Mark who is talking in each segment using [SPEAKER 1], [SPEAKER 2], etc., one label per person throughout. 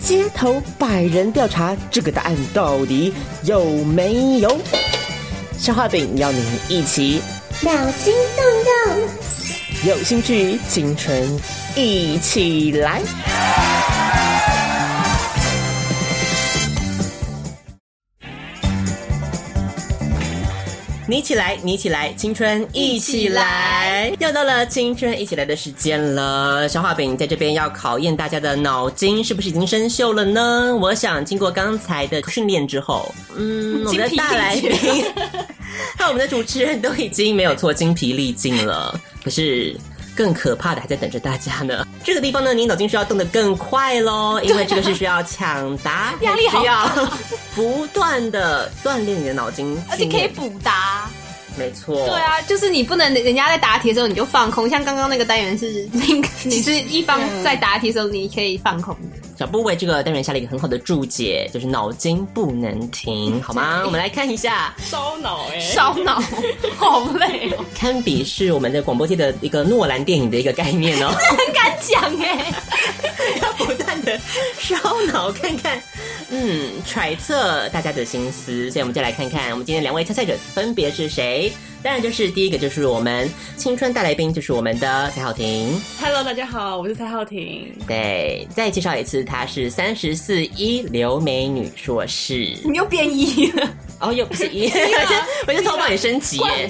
[SPEAKER 1] 街头百人调查，这个答案到底有没有？消化饼邀您一起
[SPEAKER 2] 脑筋动动，
[SPEAKER 1] 有兴趣，青春一起来。你起来，你起来，青春一起来！又到了青春一起来的时间了。小画饼在这边要考验大家的脑筋，是不是已经生锈了呢？我想经过刚才的训练之后，嗯，我们的大来宾
[SPEAKER 3] 精疲力
[SPEAKER 1] 还有我们的主持人都已经没有错，精疲力尽了。可是。更可怕的还在等着大家呢。 这个地方呢，你脑筋需要动得更快 喽，因为这个是需要抢答，
[SPEAKER 3] 啊压力好
[SPEAKER 1] 需要 不断的锻炼你的脑筋，
[SPEAKER 3] 而且可以补答。
[SPEAKER 1] 没
[SPEAKER 4] 哦
[SPEAKER 1] 错，
[SPEAKER 3] 对，啊，就是你不能人家在答题的时候你就放空，像刚刚那个单元 是你你是一方在答题的时候你可以放空的。
[SPEAKER 1] 小布为这个单元下了一个很好的注解，就是脑筋不能 停，好吗？我们来看一下，
[SPEAKER 4] 烧脑哎、
[SPEAKER 3] 烧 脑，好累哦，
[SPEAKER 1] 堪比是我们的广播界的一个诺兰电影的一个概念哦，
[SPEAKER 3] 很敢讲哎、
[SPEAKER 1] 要不断的烧脑，看看，嗯，揣测大家的心思。所以我们就来看看我们今天两位参赛者分别是谁。当然，就是第一个就是我们青春大来宾，就是我们的蔡浩庭。
[SPEAKER 4] Hello，大家好，我是蔡浩庭。
[SPEAKER 1] 对，再介绍一次，她是三十四一留美女硕士。
[SPEAKER 3] 你又 变一了，
[SPEAKER 1] 哦，又不是一， 我就偷帮你升级耶。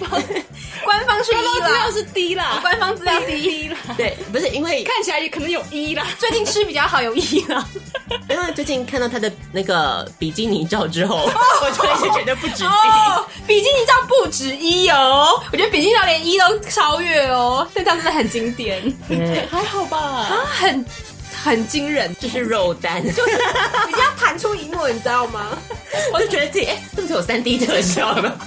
[SPEAKER 3] 官方是一
[SPEAKER 4] 资料
[SPEAKER 3] 啦，
[SPEAKER 4] 是 D 啦，
[SPEAKER 3] 官方资料第一，
[SPEAKER 4] D 啦，
[SPEAKER 1] 对，不是因为
[SPEAKER 4] 看起来也可能有 E 啦。
[SPEAKER 3] 最近吃比较好有一了，
[SPEAKER 1] 因为最近看到她的那个比基尼照之后，我突然就觉得不值得。
[SPEAKER 3] 哦，比基尼照不止一哦，我觉得比基尼照连一都超越哦，那张真的很经典，
[SPEAKER 1] 对，
[SPEAKER 4] 还好吧，
[SPEAKER 3] 啊，很很惊人，
[SPEAKER 1] 这是肉蛋，
[SPEAKER 3] 你要弹出荧幕，你知道吗？
[SPEAKER 1] 我就觉得自己哎，是不是有三 D 特效 了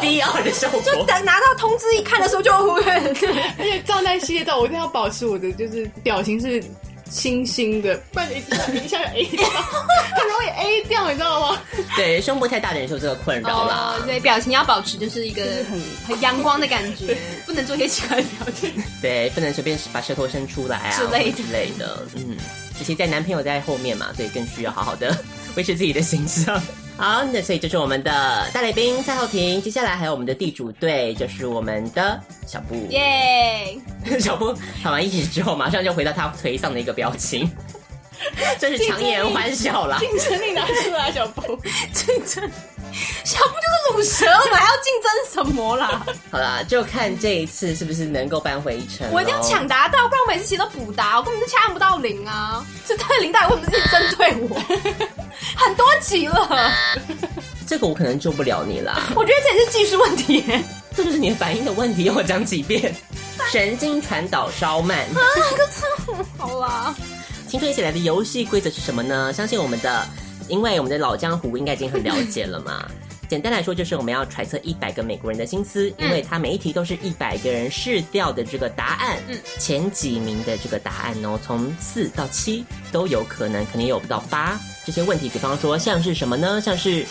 [SPEAKER 1] ？D R 的效
[SPEAKER 3] 就
[SPEAKER 1] 果。
[SPEAKER 3] 等拿到通知一看的时候就忽略 了。
[SPEAKER 4] 而且照那系列照，我一定要保持我的就是表情是清新的，不然一下一下就 A 掉，很容易 A 掉，你知道吗？
[SPEAKER 1] 对，胸部太大的人受这个困扰啦。
[SPEAKER 3] 哦，对，表情要保持就是一个
[SPEAKER 4] 是很
[SPEAKER 3] 很阳光的感觉，不能做一些奇怪的表 情。
[SPEAKER 1] 对，不能随便把舌头伸出来啊
[SPEAKER 3] 之
[SPEAKER 1] 或
[SPEAKER 3] 类的
[SPEAKER 1] 者之类的。嗯，尤其在男朋友在后面嘛，所以更需要好好的 维持自己的形象。好，那所以就是我们的大来宾蔡浩庭，接下来还有我们的地主队，就是我们的小布。
[SPEAKER 3] 耶！
[SPEAKER 1] 小布喊完一题之后，马上就回到他颓丧的一个表情， 真是强颜欢笑啦。
[SPEAKER 4] 竞争力拿出来，小布。
[SPEAKER 3] 竞争，小布就是卤蛇，我们还要竞争什么啦？
[SPEAKER 1] 好啦，就看这一次是不是能够扳回一城。
[SPEAKER 3] 我一定要抢！答到，不然我每次其实都补答，我根本就掐不到零啊！ 这对零到底为什么是针对我？ 很多集了，
[SPEAKER 1] 这个我可能救不了你啦，
[SPEAKER 3] 我觉得这也是技术 问题耶。
[SPEAKER 1] 这就是你的反应的问题，要我讲几遍。神经传导稍慢。
[SPEAKER 3] 好啦，
[SPEAKER 1] 青春一起来的游戏规则是什么呢？相信我们的，因为我们的老江湖应该已经很了解了嘛。简单来说，就是我们要揣测一百个美国人的心思，因为他每一题都是一百个人试掉的这个答案，
[SPEAKER 3] 嗯
[SPEAKER 1] 前几名的这个答案哦，从四到七都有可能，肯定有不到八。这些问题，比方说像是什么呢？像是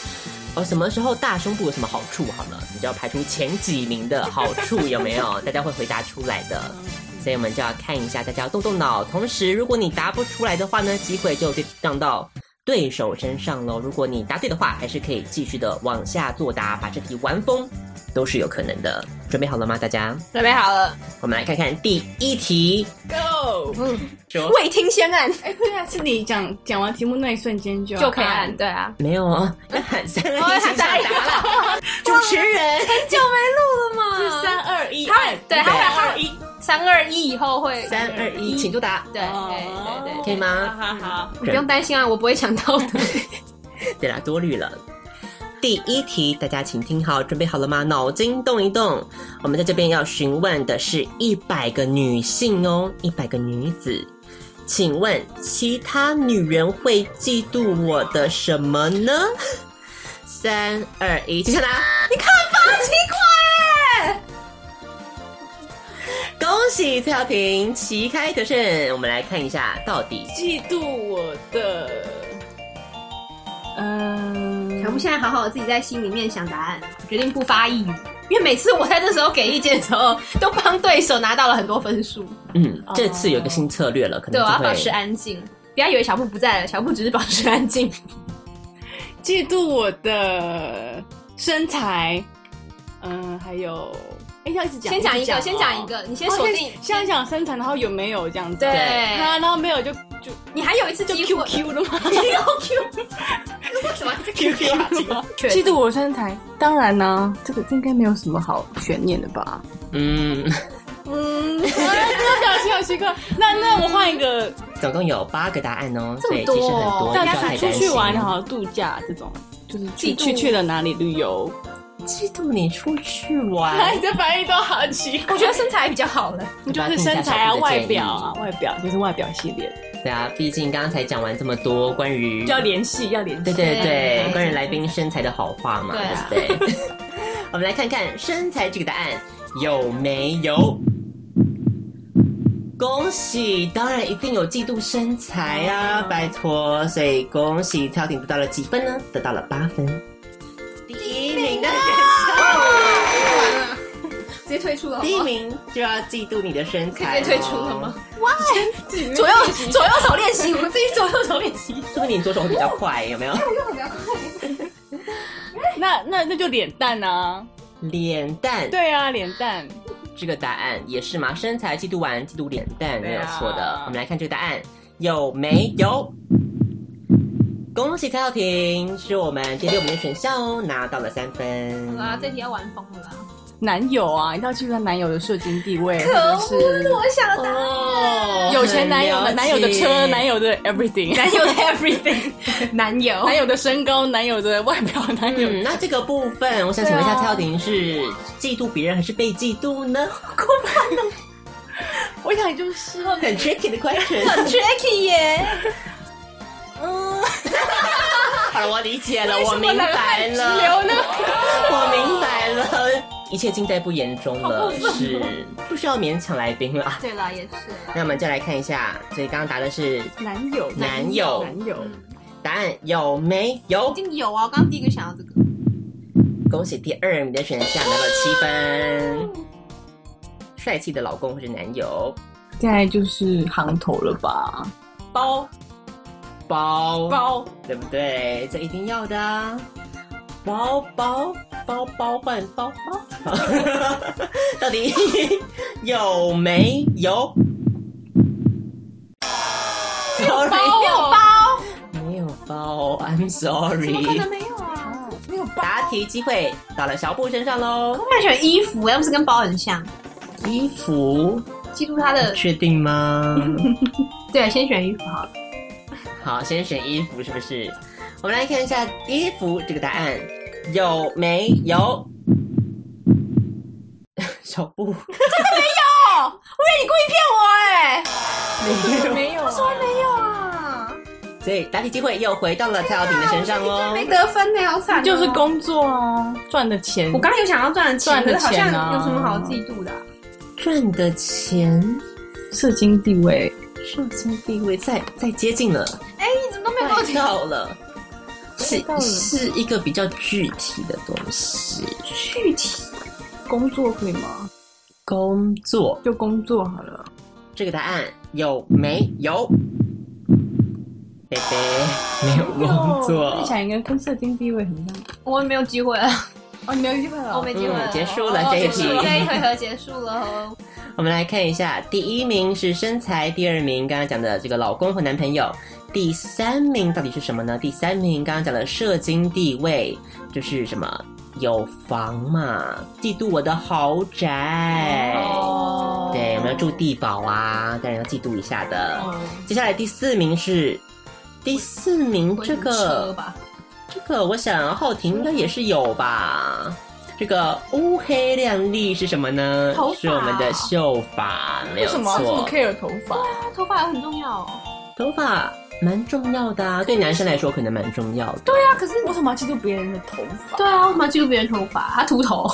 [SPEAKER 1] 呃，什么时候大胸部有什么好处？好了，你就要排除前几名的好处有没 有？大家会回答出来的，所以我们就要看一下，大家要动动脑。同时，如果你答不出来的话呢，机会就被让到对手身上喽。如果你答对的话，还是可以继续的往下作答，把这题玩疯，都是有可能的。 准备好了吗，大家？
[SPEAKER 3] 准备好了，
[SPEAKER 1] 我们来看看第一题，
[SPEAKER 4] Go！
[SPEAKER 1] 说
[SPEAKER 3] 未听先按
[SPEAKER 4] 哎、对啊，是你讲讲完题目那一瞬间就要
[SPEAKER 3] 就可以按，。对啊。
[SPEAKER 1] 没有啊？要喊三二 一，
[SPEAKER 3] 哦
[SPEAKER 1] 请下 答了。 主持人，
[SPEAKER 3] 很久没录了嘛，
[SPEAKER 4] 三二一，
[SPEAKER 3] 他会对他会
[SPEAKER 4] 三
[SPEAKER 3] 他
[SPEAKER 4] 二一，
[SPEAKER 3] 三二一以后会，嗯
[SPEAKER 1] 三二一，请作哦答，
[SPEAKER 3] 对对对
[SPEAKER 1] 可
[SPEAKER 3] 对，
[SPEAKER 1] 以吗？
[SPEAKER 4] 哈哈哈。
[SPEAKER 3] 你不用担心啊，我不会抢到的。
[SPEAKER 1] 对啦，多虑了。第一题，大家请听好，准备好了吗？脑筋动一动。我们在这边要询问的是一百个女性哦，一百个女子。请问其他女人会嫉妒我的什么呢？三二一，请下答。
[SPEAKER 3] 你看吧，奇怪哎，
[SPEAKER 1] 恭喜蔡小婷旗开得胜。我们来看一下到底
[SPEAKER 4] 嫉妒我的，
[SPEAKER 3] 呃
[SPEAKER 4] 嗯、
[SPEAKER 3] 小木现在好好的自己在心里面想答案，决定不发一语，因为每次我在这时候给意见的时候，都帮对手拿到了很多分数。
[SPEAKER 1] 嗯，这次有一个新策略了，可
[SPEAKER 3] 哦对，
[SPEAKER 1] 能
[SPEAKER 3] 我
[SPEAKER 1] 就
[SPEAKER 3] 要
[SPEAKER 1] 会
[SPEAKER 3] 保持安静。不要以为小布不在了，小布只是保持安静。
[SPEAKER 5] 嫉妒我的身材，嗯、还有，哎、要一直 讲，
[SPEAKER 3] 先讲一个，
[SPEAKER 5] 直
[SPEAKER 3] 先讲一，个，你先
[SPEAKER 5] 哦
[SPEAKER 3] 锁
[SPEAKER 5] 先
[SPEAKER 3] 定。
[SPEAKER 5] 先讲身材，然后有没有这样子？
[SPEAKER 3] 对，
[SPEAKER 5] 啊，然后没有就就
[SPEAKER 3] 你还有一次
[SPEAKER 5] 就
[SPEAKER 3] 机会
[SPEAKER 5] QQ 了吗
[SPEAKER 3] ，QQ，为什么是
[SPEAKER 5] ？QQ 啊，奇怪嫉妒我身材，当然呢、这个应该没有什么好悬念的吧？
[SPEAKER 1] 嗯，
[SPEAKER 5] 嗯，这个表情好奇怪。那那我换一个，
[SPEAKER 1] 总共有八个答案哦，
[SPEAKER 3] 这
[SPEAKER 1] 所
[SPEAKER 3] 么
[SPEAKER 1] 以
[SPEAKER 3] 多
[SPEAKER 1] 其实很多，
[SPEAKER 3] 哦
[SPEAKER 1] 不要
[SPEAKER 5] 大家
[SPEAKER 1] 太
[SPEAKER 5] 出
[SPEAKER 1] 担
[SPEAKER 5] 去
[SPEAKER 1] 心。
[SPEAKER 5] 玩好像度假这种，就是去
[SPEAKER 3] 嫉妒
[SPEAKER 5] 去去了哪里旅 游，
[SPEAKER 1] 嫉妒你出去玩，
[SPEAKER 5] 你的反应都好奇怪
[SPEAKER 3] 我觉得身材比较好了。
[SPEAKER 5] 就是身材啊、外表啊、外表，就是外表系列的，
[SPEAKER 1] 对啊，毕竟刚才讲完这么多关于
[SPEAKER 5] 要联系，要联
[SPEAKER 1] 对
[SPEAKER 5] 系。
[SPEAKER 1] 对对
[SPEAKER 3] 对，
[SPEAKER 1] 关于来宾身材的好话嘛，
[SPEAKER 3] 对啊
[SPEAKER 1] 对不对？ 我们来看看身材这个答案有没有。恭喜，当然一定有嫉妒身材啊，拜托！所以恭喜超婷得到了几分呢？得到了八分，第一名的人
[SPEAKER 3] 直接退出了好不好
[SPEAKER 1] 第一名就要嫉妒你的身材、哦
[SPEAKER 3] 可以退出了 吗？左右左右手练习，我们自己左右手练习。
[SPEAKER 1] 说不定你左手会比较快，有没有？
[SPEAKER 5] 那那那就脸蛋啊，
[SPEAKER 1] 脸蛋，
[SPEAKER 5] 对啊，脸蛋。
[SPEAKER 1] 这个答案也是嘛？身材嫉妒完，嫉妒脸蛋，没
[SPEAKER 5] 对
[SPEAKER 1] 有
[SPEAKER 5] 啊
[SPEAKER 1] 错的。我们来看这个答案有没有？恭喜蔡耀婷，是我们第六名的选项哦，拿到了三分。
[SPEAKER 3] 啊，这题要玩疯了啦！
[SPEAKER 5] 男友啊，一定要去看男友的社经地位，
[SPEAKER 3] 可恶，
[SPEAKER 5] 或者
[SPEAKER 3] 这是我想的答案。
[SPEAKER 1] 哦
[SPEAKER 5] 是有钱男友、男友的车、男
[SPEAKER 1] 友
[SPEAKER 5] 友的 everything，
[SPEAKER 3] 男友的 everything，男友
[SPEAKER 5] 男友的身高、男友的外表、男友
[SPEAKER 1] 嗯，那这个部分，我想请问一下，
[SPEAKER 3] 对啊
[SPEAKER 1] 蔡耀婷是嫉妒别人还是被嫉妒呢？
[SPEAKER 5] 我想就是
[SPEAKER 1] 很 tricky 的 question。
[SPEAKER 3] 很 tricky 耶。
[SPEAKER 1] 好了，我理解了，我
[SPEAKER 3] 什么
[SPEAKER 1] 明
[SPEAKER 3] 男
[SPEAKER 1] 白
[SPEAKER 3] 孩
[SPEAKER 1] 了，
[SPEAKER 3] 直流呢
[SPEAKER 1] 我明白了，一切尽在不言中了，是不需要勉强来宾了。
[SPEAKER 3] 对啦，也是啦。
[SPEAKER 1] 那我们就来看一下，所以刚刚答的是
[SPEAKER 5] 男友、
[SPEAKER 1] 男友
[SPEAKER 5] 男友。
[SPEAKER 1] 答案有没有
[SPEAKER 3] 一？定有啊！我刚刚第一个想到这个，
[SPEAKER 1] 恭喜第二名的选项拿到七分。帅气的老公或是男友，
[SPEAKER 5] 再来就是行头了吧？包
[SPEAKER 1] 包
[SPEAKER 5] 包，
[SPEAKER 1] 对不对？这一定要的、啊。包包包包换包 包，到底有没有？没有
[SPEAKER 3] 没有包，啊
[SPEAKER 1] 没有包，I'm sorry。
[SPEAKER 3] 怎么可能没有啊？没有包，
[SPEAKER 1] 答题机会到了小布身上喽。
[SPEAKER 3] 我感觉衣服要不是跟包很像，
[SPEAKER 1] 衣服
[SPEAKER 3] 记住他的。
[SPEAKER 1] 确定 吗？
[SPEAKER 3] 对，先选衣服好了。
[SPEAKER 1] 好，先选衣服是不是？我们来看一下衣服这个答案有没有？ 小布
[SPEAKER 3] 哦，我以为你故意骗我哎、
[SPEAKER 1] 没有，
[SPEAKER 5] 没有、
[SPEAKER 3] 说没有啊，
[SPEAKER 1] 所以答题机会又回到了蔡小婷的身上哦喽。
[SPEAKER 3] 没得分呢、好惨、
[SPEAKER 5] 就是。工作啊，赚的钱。
[SPEAKER 3] 我刚刚有想要赚的钱，
[SPEAKER 5] 赚的
[SPEAKER 3] 可是好像
[SPEAKER 5] 钱啊
[SPEAKER 3] 有什么好嫉妒的啊、
[SPEAKER 1] 赚的钱、
[SPEAKER 5] 社经地位，
[SPEAKER 1] 社经地位再再接近了，
[SPEAKER 3] 哎、你怎么都没有跟我
[SPEAKER 1] 快
[SPEAKER 3] 提？
[SPEAKER 1] 到了，是
[SPEAKER 5] 快到了
[SPEAKER 1] 是一个比较具体的东西。
[SPEAKER 3] 具体
[SPEAKER 5] 工作可以吗？
[SPEAKER 1] 工作
[SPEAKER 5] 就工作好了。
[SPEAKER 1] 这个答案有没有？贝贝没有 工
[SPEAKER 5] 哦我
[SPEAKER 1] 作。
[SPEAKER 5] 想一个跟社经地位很像。
[SPEAKER 3] 我没有机会了，
[SPEAKER 5] 哦，你没有机会了
[SPEAKER 3] 我没机会了、
[SPEAKER 1] 嗯结束了
[SPEAKER 3] 哦
[SPEAKER 1] 这一
[SPEAKER 3] 结束
[SPEAKER 1] 题
[SPEAKER 3] 这一回合结束了哦。
[SPEAKER 1] 我们来看一下，第一名是身材，第二名刚刚讲的这个老公和男朋友，第三名到底是什么呢？第三名刚刚讲的社经地位，就是什么有房嘛，嫉妒我的豪宅。
[SPEAKER 5] 哦
[SPEAKER 1] 哎对，我们要住地堡啊，当然要嫉妒一下的。
[SPEAKER 5] 哦
[SPEAKER 1] 接下来第四名是第四名这
[SPEAKER 3] 婚车
[SPEAKER 1] 个
[SPEAKER 3] 吧，
[SPEAKER 1] 这个，我想浩婷应该也是有吧。这个乌黑亮丽是什么呢
[SPEAKER 3] 头？发
[SPEAKER 1] 是我们的秀发，没
[SPEAKER 5] 为
[SPEAKER 1] 有
[SPEAKER 5] 什么这么
[SPEAKER 1] 错。
[SPEAKER 5] care 头发？
[SPEAKER 3] 他啊头发很重要、哦。
[SPEAKER 1] 头发蛮重要的啊，对男生来说可能蛮重要的。对
[SPEAKER 5] 对啊，可是为什么要嫉妒别人的头发？
[SPEAKER 3] 对啊，为什么要嫉妒别人头发？他秃头，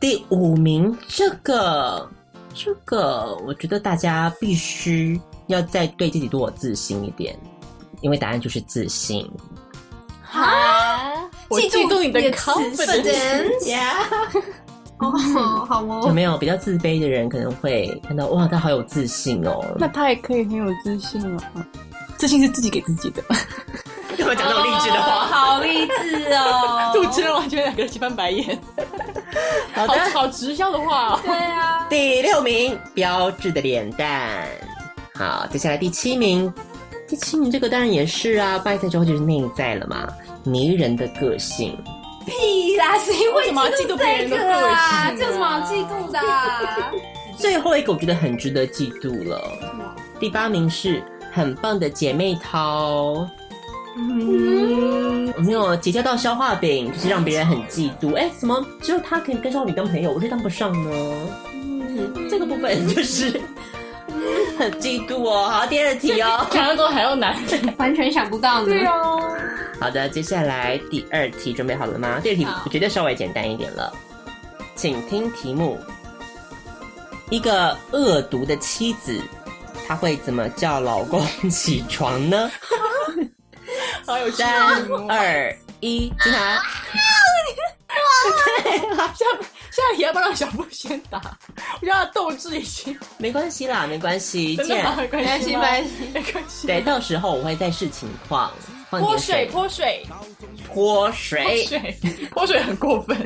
[SPEAKER 1] 第五名，这个这个，我觉得大家必须要再对自己多有自信一点，因为答案就是自信。
[SPEAKER 3] 啊，
[SPEAKER 5] 我嫉妒你的 confidence
[SPEAKER 3] 哦，好
[SPEAKER 1] 有
[SPEAKER 3] 哦，
[SPEAKER 1] 没有比较自 卑的人可能会看到哇，他好有自信哦？
[SPEAKER 5] 那他也可以很有自信哦。 自信是自己给自己的。！
[SPEAKER 1] 干嘛讲那种励志的话？
[SPEAKER 3] 好励志哦
[SPEAKER 5] 杜真完全两个人齐翻白眼，
[SPEAKER 1] 好
[SPEAKER 5] 好
[SPEAKER 1] 的，
[SPEAKER 5] 好直销的话 哦。
[SPEAKER 3] 对啊，
[SPEAKER 1] 第六名，标志的脸蛋。好，接下来第七名，第七名这个当然也是啊，外在之后就是内在了嘛，迷人的个性。
[SPEAKER 3] 屁啦，谁会
[SPEAKER 5] 为什么要嫉妒别
[SPEAKER 3] 这
[SPEAKER 5] 人的个性
[SPEAKER 3] 个啊？
[SPEAKER 5] 啊
[SPEAKER 3] 这有什么好嫉妒的啊？
[SPEAKER 1] 最后一个我觉得很值得嫉妒了。第八名是很棒的姐妹淘，嗯，没有结交到消化饼，就是让别人很嫉妒。哎、怎么只有她可以跟消化饼当朋友，我是当不上呢？嗯，这个部分就是 很嫉妒哦。好，第二题哦。
[SPEAKER 5] 想象中还要难。
[SPEAKER 3] 完全想不到呢。对啊，
[SPEAKER 1] 好的，接下来第二题准备好了吗？第二题
[SPEAKER 3] 好
[SPEAKER 1] 我觉得稍微简单一点了，请听题目：一个恶毒的妻子，她会怎么叫老公起床 呢？
[SPEAKER 5] 好 有趣啊
[SPEAKER 1] 三二一，金涵，
[SPEAKER 5] 下下题要不要让小布先打？我觉得他的斗志已经
[SPEAKER 1] 没关系啦，没关系，
[SPEAKER 5] 真的
[SPEAKER 1] 见
[SPEAKER 5] 蛮有关系吗，
[SPEAKER 3] 没关
[SPEAKER 5] 系，没关系。
[SPEAKER 1] 对，到时候我会再视情况放
[SPEAKER 5] 泼
[SPEAKER 1] 点
[SPEAKER 5] 水，泼水，
[SPEAKER 1] 泼
[SPEAKER 5] 泼
[SPEAKER 1] 水，
[SPEAKER 5] 水，泼水很过分。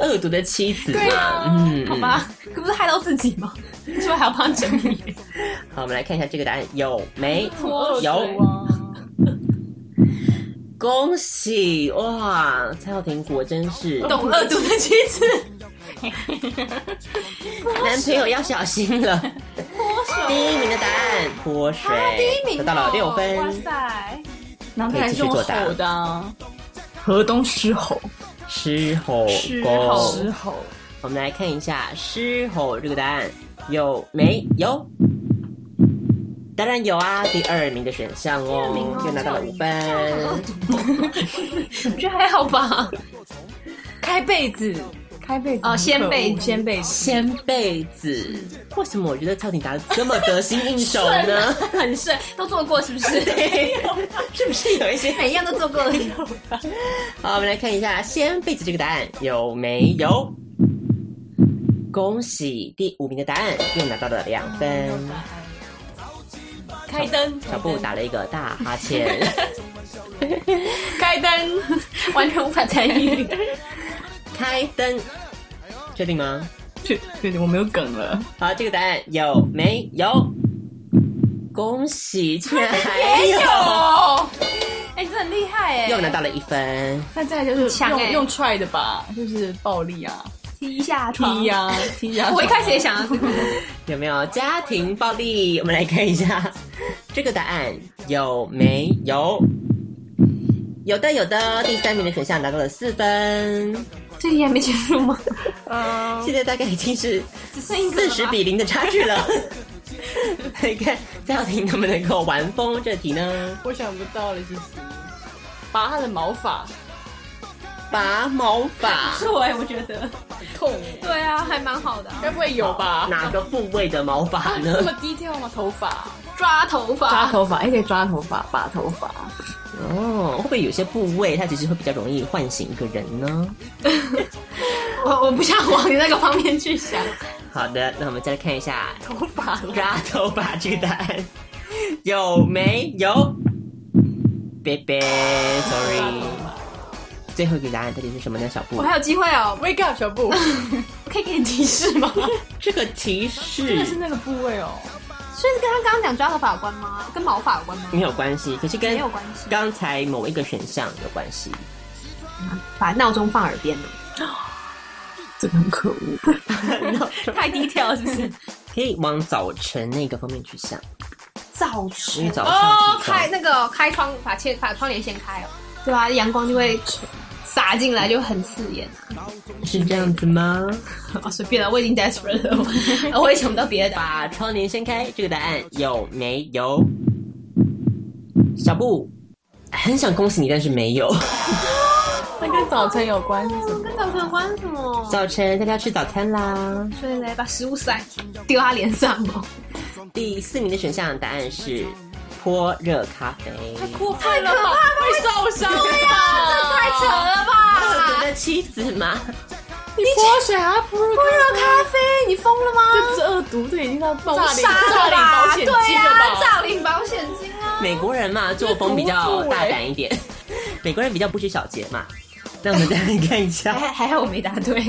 [SPEAKER 1] 恶毒的妻子嘛，
[SPEAKER 3] 对啊
[SPEAKER 1] 嗯，
[SPEAKER 3] 好吧，可不是害到自己吗？是不是还要帮他整理？
[SPEAKER 1] 嗯，好，我们来看一下这个答案有没
[SPEAKER 5] 泼水
[SPEAKER 1] 有。
[SPEAKER 5] 啊
[SPEAKER 1] 恭喜哇！蔡浩庭果真是
[SPEAKER 3] 懂恶毒的妻子，
[SPEAKER 1] 男朋友要小心了。第一名的答案泼水，得到了六
[SPEAKER 3] 哇
[SPEAKER 1] 分。
[SPEAKER 3] 塞，
[SPEAKER 5] 然后再来是用吼的啊，河东狮吼，
[SPEAKER 1] 狮吼
[SPEAKER 5] 狮
[SPEAKER 1] 功，
[SPEAKER 5] 吼，
[SPEAKER 1] 我们来看一下狮吼这个答案有没有？当然有啊，第二名的选项哦，又拿到了五分。
[SPEAKER 3] 我觉得还好吧。
[SPEAKER 5] 开被子，开被子
[SPEAKER 3] 哦掀被子
[SPEAKER 5] 掀被子，
[SPEAKER 1] 掀被子，为什么我觉得蔡浩庭答的这么得心应手 呢？
[SPEAKER 3] 很顺，都做过是不是？
[SPEAKER 1] 是不是有一些
[SPEAKER 3] 每一样都做过了。
[SPEAKER 1] 好，我们来看一下掀被子这个答案有没有？恭喜第五名的答案又拿到了两分，
[SPEAKER 5] 开灯，
[SPEAKER 1] 小布打了一个大哈 欠。
[SPEAKER 5] 开灯，
[SPEAKER 3] 完全无法参与。
[SPEAKER 1] 开灯，确定吗？
[SPEAKER 5] 确确定我没有梗了，
[SPEAKER 1] 好，这个答案有没有？恭喜，竟然还有，
[SPEAKER 3] 哦，哎，你真的很厉害哎！
[SPEAKER 1] 又拿到了一分。
[SPEAKER 5] 那再来就是
[SPEAKER 3] 强
[SPEAKER 5] 用、
[SPEAKER 3] 欸
[SPEAKER 5] 用踹的吧，就是暴力啊，
[SPEAKER 3] 踢一下
[SPEAKER 5] 踢呀、踢呀、
[SPEAKER 3] 我一开始也想要这个，
[SPEAKER 1] 有没有家庭暴力？我们来看一下 这个答案有没有？有的，有的。第三名的选项拿到了四分，
[SPEAKER 3] 这题还没结束 吗？
[SPEAKER 1] 现在大概已经是
[SPEAKER 3] 只剩一个
[SPEAKER 1] 四
[SPEAKER 3] 了吧
[SPEAKER 1] 十比零的差距了。 你看蔡耀庭能不能够玩疯这题呢？
[SPEAKER 5] 我想不到了，其实拔他的毛发
[SPEAKER 1] 拔毛发，
[SPEAKER 3] 错哎，我觉得。
[SPEAKER 5] 痛，
[SPEAKER 3] 对啊，还蛮好的啊，
[SPEAKER 5] 该不会有吧？
[SPEAKER 1] 哪个部位的毛发
[SPEAKER 5] 这么
[SPEAKER 1] 呢？
[SPEAKER 5] 低调吗？头发，
[SPEAKER 3] 抓头发。
[SPEAKER 5] 头发，也可以抓头发，拔头发，
[SPEAKER 1] 哦，会不会有些部位它其实会比较容易唤醒一个人呢？
[SPEAKER 3] 我我不想往那个方面去想。
[SPEAKER 1] 好的，那我们再来看一下
[SPEAKER 5] 头发了，
[SPEAKER 1] 抓头发这个答案有没有？贝贝，sorry。最后一个答案到底是什么呢？小布
[SPEAKER 3] 我，还有机会哦，
[SPEAKER 5] Wake up，小 布，
[SPEAKER 3] 可以给你提示吗？ 所
[SPEAKER 1] 这个提示
[SPEAKER 5] 是那个部位哦，
[SPEAKER 3] 以是跟他刚刚讲抓头发有关吗？跟毛发有关吗？
[SPEAKER 1] 没有关系，可是跟
[SPEAKER 3] 没有关系
[SPEAKER 1] 刚才某一个选项有关系。
[SPEAKER 3] 把闹钟放耳边了，
[SPEAKER 5] 真的很可恶。
[SPEAKER 3] 太低调了是不是？
[SPEAKER 1] 可以往早晨那个方面去想，
[SPEAKER 3] 早
[SPEAKER 1] 因为
[SPEAKER 3] 晨
[SPEAKER 1] 早上，
[SPEAKER 3] 哦
[SPEAKER 1] 起
[SPEAKER 3] 开
[SPEAKER 1] 床，
[SPEAKER 3] 那个开窗，把切把窗帘掀开哦，对啊，阳光就会洒进来，就很刺 眼
[SPEAKER 1] 是这样子吗？
[SPEAKER 3] 啊。随便了，我已经 desperate 了，我也想不到别的答
[SPEAKER 1] 把
[SPEAKER 3] 案。
[SPEAKER 1] 窗帘掀开，这个答案有没有？小布，很想恭喜你，但是没有。
[SPEAKER 5] 那跟早晨有关是什么？
[SPEAKER 3] 跟早晨有关什么？
[SPEAKER 1] 哦早晨大家吃早餐啦。
[SPEAKER 3] 所以来把食物塞丢他脸上哦，
[SPEAKER 1] 第四名的选项答案是泼热咖啡。
[SPEAKER 5] 过分了吧？哎会受伤 呀！
[SPEAKER 3] 太扯了吧！
[SPEAKER 1] 恶毒的妻子吗？
[SPEAKER 5] 你泼水啊，泼热
[SPEAKER 3] 咖啡，你疯了吗？
[SPEAKER 5] 这不是恶毒，这已经到谋
[SPEAKER 3] 谋
[SPEAKER 5] 杀
[SPEAKER 3] 杀了吧？
[SPEAKER 5] 诈领保险
[SPEAKER 3] 对
[SPEAKER 5] 金了
[SPEAKER 3] 啊，
[SPEAKER 5] 吧？
[SPEAKER 3] 诈领保险金啊！
[SPEAKER 1] 美国人嘛，作风比较大胆一点，美国人比较不拘小节嘛。那我们再来看一 下。
[SPEAKER 5] 还还好我没答对，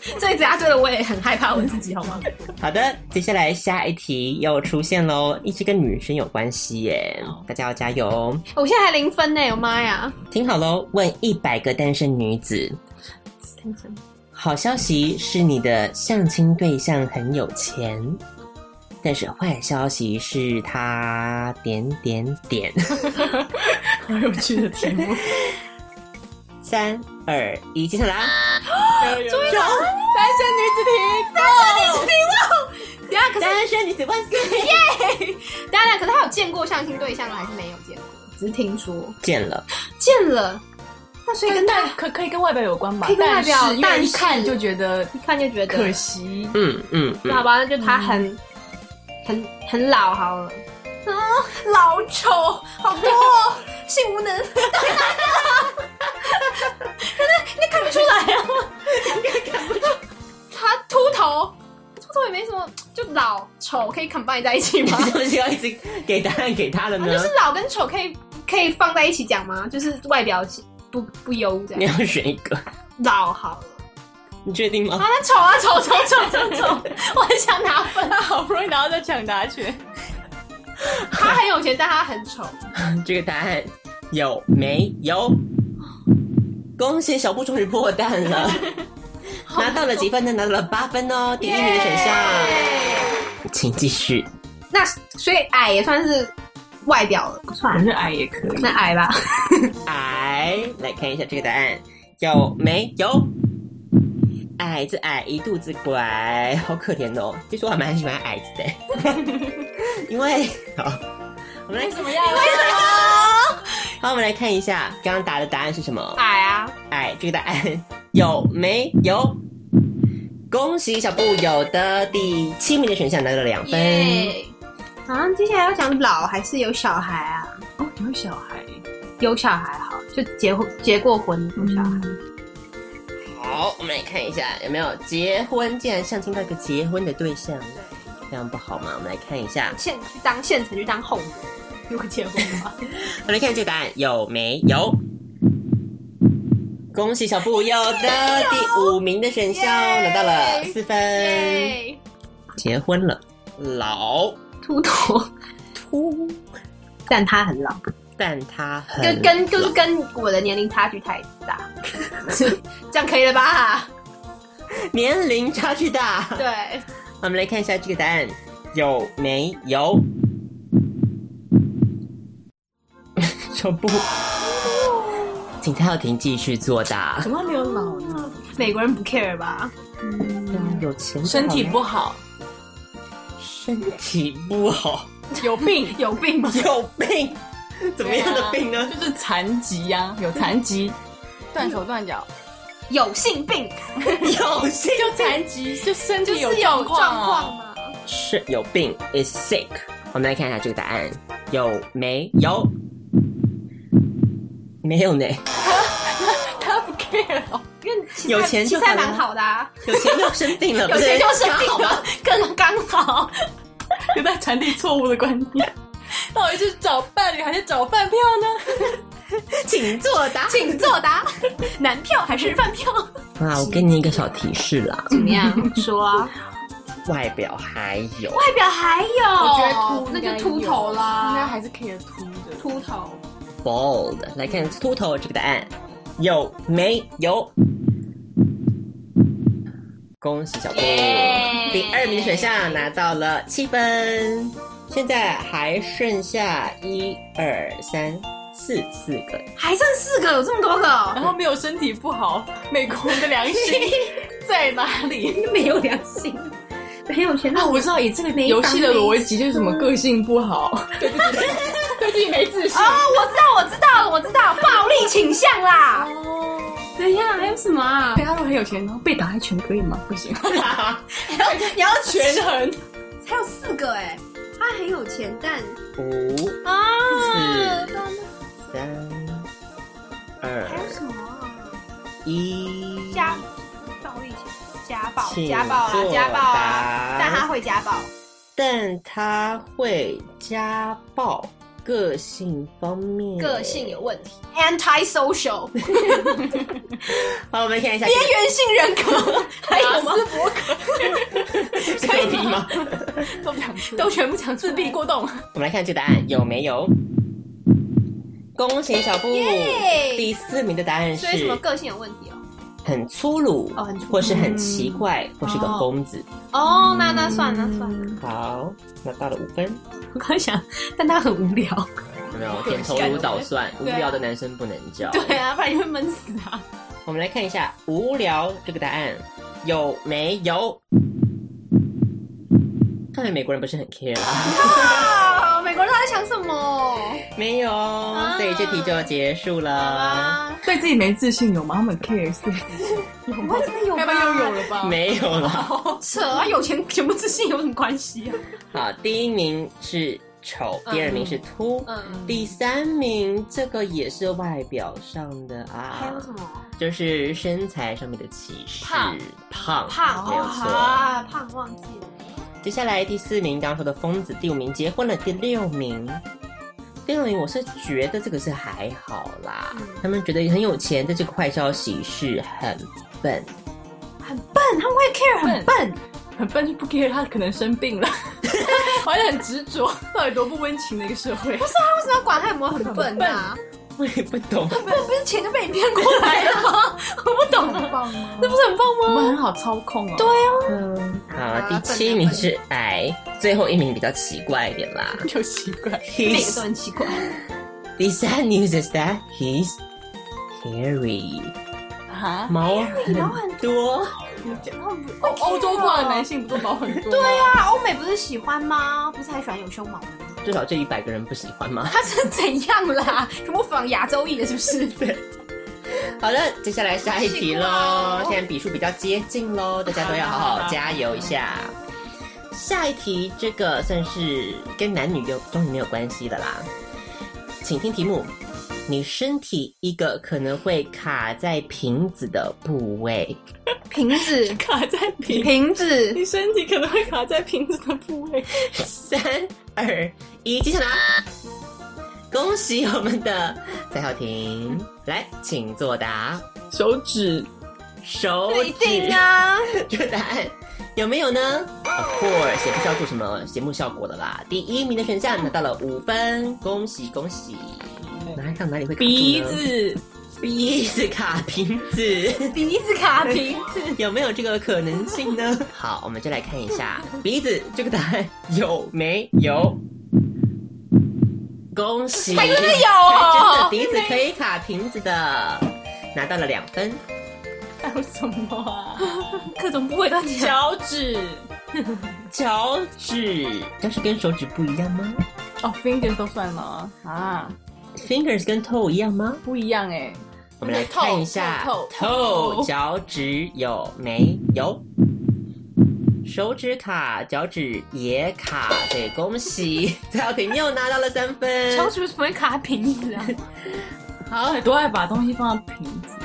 [SPEAKER 5] 所以只要对了我也很害怕我自己，好吗？
[SPEAKER 1] 好的，接下来下一题又出现喽，一直跟女生有关系耶，大家要加油！
[SPEAKER 3] 我现在还零分呢，我妈呀！
[SPEAKER 1] 听好喽，问一百个单身女子，好消息是你的相亲对象很有钱，但是坏消息是他点点点。
[SPEAKER 5] 好有趣的题 目，
[SPEAKER 1] 三二一，接下来啊，
[SPEAKER 4] 终于
[SPEAKER 5] 单身女子题，
[SPEAKER 3] 等一下可是
[SPEAKER 1] 单身女子万岁！
[SPEAKER 3] 等一下，可是她有见过相亲对象吗？还是没有见过？只是听说
[SPEAKER 1] 见了，
[SPEAKER 3] 见了，那所以跟
[SPEAKER 5] 但
[SPEAKER 3] 大
[SPEAKER 5] 可可以跟外表有关吧？
[SPEAKER 3] 可以跟外表
[SPEAKER 5] 但是因为
[SPEAKER 3] 但
[SPEAKER 5] 一
[SPEAKER 3] 是
[SPEAKER 5] 看就觉得
[SPEAKER 3] 一看就觉得
[SPEAKER 5] 可 惜。
[SPEAKER 1] 嗯嗯
[SPEAKER 3] 那好
[SPEAKER 1] 嗯，
[SPEAKER 3] 吧，那就他很、很很老好了。啊，老丑，好多、 哦，性无能，真的你看不出来啊，看不出。他秃头，秃头也没什么，就老丑可以 combine 在一起吗
[SPEAKER 1] 你？怎么就要一直给答案给他了
[SPEAKER 3] 啊
[SPEAKER 1] 呢？
[SPEAKER 3] 就是老跟丑可以可以放在一起讲吗？就是外表不不优这
[SPEAKER 1] 你
[SPEAKER 3] 样，
[SPEAKER 1] 要选一个，
[SPEAKER 3] 老好了。
[SPEAKER 1] 你确定
[SPEAKER 3] 啊
[SPEAKER 1] 吗？，
[SPEAKER 3] 那丑啊丑丑丑丑 丑，我很想拿分。
[SPEAKER 5] 他好不容易拿到这抢答权，
[SPEAKER 3] 他很有钱，但他很丑。
[SPEAKER 1] 这个答案有没有？恭喜小布终于破蛋 了，拿到了几分呢？拿到了八分哦，第一名的选项，请继续。
[SPEAKER 3] 那所以矮也算是外表了，不
[SPEAKER 5] 反
[SPEAKER 3] 算。
[SPEAKER 5] 正矮也可以。
[SPEAKER 3] 那矮吧，
[SPEAKER 1] 矮，来看一下这个答案有没有？矮子矮一肚子拐，好可怜哦。其实我还蛮喜欢矮子的， 因为好，我们来
[SPEAKER 5] 怎么样？
[SPEAKER 1] 好，我们来看一下刚刚答的答案是什么？
[SPEAKER 3] 矮啊，
[SPEAKER 1] 矮，这个答案有没有？恭喜小布有的第七名的选项拿到了两分。
[SPEAKER 3] 耶！啊，接下来要讲老还是有小孩啊？
[SPEAKER 5] 哦，有小孩，
[SPEAKER 3] 有小孩好，就结婚结过婚有小孩。
[SPEAKER 1] 好，我们来看一下有没有结婚，竟然相亲到一个结婚的对象，这样不好吗？我们来看一下，
[SPEAKER 3] 现去当现成去当后母，有结婚吗？
[SPEAKER 1] 我们来看这个答案有没有？恭喜小布有的第五名的选项
[SPEAKER 3] 耶
[SPEAKER 1] 拿到了四
[SPEAKER 3] 嗯
[SPEAKER 1] 分，
[SPEAKER 3] 耶！
[SPEAKER 1] 结婚了，老
[SPEAKER 3] 秃头，
[SPEAKER 1] 秃，
[SPEAKER 3] 但他很老，
[SPEAKER 1] 但他很
[SPEAKER 3] 跟跟就是
[SPEAKER 1] 老
[SPEAKER 3] 跟我的年龄差距太大， 这样可以了 吧？
[SPEAKER 1] 年龄差距大。
[SPEAKER 3] 对，
[SPEAKER 1] 我们来看一下这个答案有没有？ 小布，请蔡浩庭继续作答
[SPEAKER 5] 怎。么还没有老呢？
[SPEAKER 3] 美国人不 care 吧？
[SPEAKER 1] 有钱，
[SPEAKER 5] 身体不好，
[SPEAKER 1] 身体不好，
[SPEAKER 5] 有病，
[SPEAKER 3] 有病吗？
[SPEAKER 1] 有病，怎么样的病呢？
[SPEAKER 5] 就是残疾呀、有残疾，断手断脚，
[SPEAKER 3] 有性病
[SPEAKER 1] 有性
[SPEAKER 5] 就残疾，就身
[SPEAKER 3] 就
[SPEAKER 5] 体
[SPEAKER 3] 是有
[SPEAKER 5] 状
[SPEAKER 3] 状
[SPEAKER 5] 啊
[SPEAKER 3] 况。吗？
[SPEAKER 1] 是有病，is sick。我们来看一下这个答案有没有？没有呢，
[SPEAKER 5] 他不 care 哦，
[SPEAKER 3] 因为其实
[SPEAKER 1] 有钱
[SPEAKER 3] 其
[SPEAKER 1] 就
[SPEAKER 3] 实还
[SPEAKER 1] 好了
[SPEAKER 3] 蛮好的、啊，
[SPEAKER 1] 有钱又生病了，
[SPEAKER 3] 有钱就生病
[SPEAKER 1] 了。
[SPEAKER 3] 了，更刚好。
[SPEAKER 5] 就在传递错误的观念。 到底是找伴侣还是找饭票呢？
[SPEAKER 1] 请作答。
[SPEAKER 3] 请作答：啊 男票还是饭票？
[SPEAKER 1] 啊，我给你一个小提示啦，
[SPEAKER 3] 怎么样？说啊，
[SPEAKER 1] 外表还有
[SPEAKER 3] 外表还有，
[SPEAKER 5] 我觉得秃
[SPEAKER 3] 那
[SPEAKER 5] 应该
[SPEAKER 3] 就秃头啊啦，
[SPEAKER 5] 应该还是 care 秃的。
[SPEAKER 3] 秃头。
[SPEAKER 1] bald。来看秃头这个答案有没有？恭喜小布
[SPEAKER 3] 耶
[SPEAKER 1] 第二名的选项拿到了七分。现在还剩下一二三四四个，
[SPEAKER 3] 还剩四个，有这么多个哦，
[SPEAKER 5] 然后没有身体不好，美国人的良心在哪里？
[SPEAKER 3] 没有良心，很有钱
[SPEAKER 5] 啊，
[SPEAKER 3] 那
[SPEAKER 5] 我知道，以这个
[SPEAKER 3] 没
[SPEAKER 5] 游戏的
[SPEAKER 3] 防备
[SPEAKER 5] 逻辑就是什么个性不好，对自己没自信
[SPEAKER 3] 哦，。我知道，我知道，我知道，暴力倾向啦。
[SPEAKER 5] 哦，
[SPEAKER 3] 等一下，还有什么啊
[SPEAKER 5] 对，？他说很有钱，然后被打一拳可以吗？不行，
[SPEAKER 3] 你要
[SPEAKER 5] 权衡。
[SPEAKER 3] 还有四个哎，他很有钱，但
[SPEAKER 1] 五
[SPEAKER 3] 啊，
[SPEAKER 1] 四三
[SPEAKER 3] 还有
[SPEAKER 1] 二
[SPEAKER 3] 什么啊？
[SPEAKER 1] 一，
[SPEAKER 3] 家暴力家暴
[SPEAKER 1] 请
[SPEAKER 3] 家暴啦
[SPEAKER 1] 作
[SPEAKER 3] 家暴啊
[SPEAKER 1] 答，
[SPEAKER 3] 但他会家暴，
[SPEAKER 1] 但他会家暴。个性方面，
[SPEAKER 3] 个性有问题，anti-social，边
[SPEAKER 1] 好，我们看一下
[SPEAKER 3] 缘性人 格，还有吗？
[SPEAKER 1] 可以听吗？
[SPEAKER 5] 都讲出
[SPEAKER 3] 都全部讲出
[SPEAKER 5] 自
[SPEAKER 3] 来
[SPEAKER 5] 闭过动，
[SPEAKER 1] 我们来看这个答案有没有？恭喜小布
[SPEAKER 3] 耶
[SPEAKER 1] 第四名的答案是
[SPEAKER 3] 所以什么个性有问题哦？
[SPEAKER 1] 很粗鲁，
[SPEAKER 3] 哦很粗鲁嗯
[SPEAKER 1] 或是很奇怪，或是个疯子。
[SPEAKER 3] 哦，那那算了那算了，
[SPEAKER 1] 好，那到了五分，
[SPEAKER 5] 我刚想，但他很无聊，
[SPEAKER 1] 有没有点头如捣蒜？无
[SPEAKER 3] 对啊
[SPEAKER 1] 聊的男生不能交。
[SPEAKER 3] 对啊，不然你会闷死啊！
[SPEAKER 1] 我们来看一下无聊这个答案有没有？看来美国人不是很 care 啊，
[SPEAKER 3] 啊， 美国人到底在想什么？
[SPEAKER 1] 没有，所以这题就结束
[SPEAKER 3] 好啊
[SPEAKER 1] 了，
[SPEAKER 3] 吧，
[SPEAKER 5] 对自己没自信有吗？他们 care 自己，
[SPEAKER 3] 我真的有
[SPEAKER 4] 该不
[SPEAKER 3] 吧
[SPEAKER 4] 会又有了吧？
[SPEAKER 1] 没有了。
[SPEAKER 3] 扯啊，有钱钱不自信有什么关系啊？
[SPEAKER 1] 好，第一名是丑，
[SPEAKER 3] 嗯
[SPEAKER 1] 第二名是秃，
[SPEAKER 3] 嗯，
[SPEAKER 1] 第三名这个也是外表上的
[SPEAKER 3] 还
[SPEAKER 1] 啊
[SPEAKER 3] 有，什么
[SPEAKER 1] 就是身材上面的歧视，
[SPEAKER 3] 胖
[SPEAKER 1] 胖
[SPEAKER 3] 胖？
[SPEAKER 1] 没有错。
[SPEAKER 3] 啊，胖忘记了。
[SPEAKER 1] 接下来第四名刚刚说的疯子，第五名结婚了，第六名。第六名，我是觉得这个是还好啦，他们觉得很有钱，但这个坏消息是很笨，
[SPEAKER 3] 笨，他们会 care 很笨，
[SPEAKER 5] 很笨 就不 care，他可能生病 了，好像很执着，到底多不温情的一个社 会。
[SPEAKER 3] 他为什么要管他有没有很笨啊？
[SPEAKER 1] 我也不 懂。
[SPEAKER 3] 笨不是钱就被你骗过来了吗？我 不懂，啊那不是很棒
[SPEAKER 5] 我
[SPEAKER 3] 吗？
[SPEAKER 5] 们很好操控 哦，
[SPEAKER 1] 嗯，好，
[SPEAKER 3] 啊
[SPEAKER 1] 第七名是矮，最后一名比较奇怪一点 啦。
[SPEAKER 5] 对，有奇怪，
[SPEAKER 1] 第
[SPEAKER 3] 每个都很奇怪，
[SPEAKER 1] 第三 news is that he's hairy，
[SPEAKER 5] 啊，
[SPEAKER 1] 毛很多。
[SPEAKER 5] 欧哦欧洲挂的男性不都毛很多？啊对呀、
[SPEAKER 3] 啊，欧美不是喜欢吗？不是还喜欢有胸毛的吗？
[SPEAKER 1] 至少这一百个人不喜欢 吗？
[SPEAKER 3] 他是怎样啦？全部仿亚洲裔的，是不是？对，
[SPEAKER 1] 好的，接下来下一题喽
[SPEAKER 3] 好。
[SPEAKER 1] 现在比数比较接近喽，大家都要好好加油一下。下一题这个算是跟男女有终于没有关系的啦，请听题目：你身体一个可能会卡在瓶子的部位，
[SPEAKER 3] 瓶子，
[SPEAKER 5] 卡在瓶，
[SPEAKER 3] 瓶子，
[SPEAKER 5] 你身体可能会卡在瓶子的部位。
[SPEAKER 1] 三二一，接下来，恭喜我们的蔡浩庭，来，请作答。
[SPEAKER 5] 手指
[SPEAKER 1] 手
[SPEAKER 3] 一
[SPEAKER 1] 指
[SPEAKER 3] 定啊！
[SPEAKER 1] 这 个答案有没有呢？Of course，也不需要做什么节目效果的啦。第一名的选项拿到了五分，恭喜恭喜！哪上哪里会卡住呢
[SPEAKER 5] 哎鼻子
[SPEAKER 1] 鼻子卡 瓶子，
[SPEAKER 3] 鼻子卡瓶子，
[SPEAKER 1] 有没有这个可能性呢？ 好，我们就来看一下鼻子这个答案有没有。恭喜！还真的有
[SPEAKER 3] 哦
[SPEAKER 1] 鼻子可以卡瓶子的，拿到了两分。
[SPEAKER 5] 还有什么 啊？
[SPEAKER 3] 各种部位 都很像。
[SPEAKER 5] 脚趾
[SPEAKER 1] 脚趾，脚趾跟手指不一样吗
[SPEAKER 5] 哦，fingers 都算了啊啊，
[SPEAKER 1] ？Fingers 跟 toe 一样吗？
[SPEAKER 5] 不一样哎、
[SPEAKER 1] 我们来看一下
[SPEAKER 5] 透透
[SPEAKER 1] 透脚趾有没有？手指卡，脚趾也卡，对，恭喜 蔡小婷又拿到了三
[SPEAKER 5] 呃
[SPEAKER 1] 分。
[SPEAKER 3] 小鼠为什么会卡瓶子 啊？
[SPEAKER 5] 好，多爱把东西放到瓶子，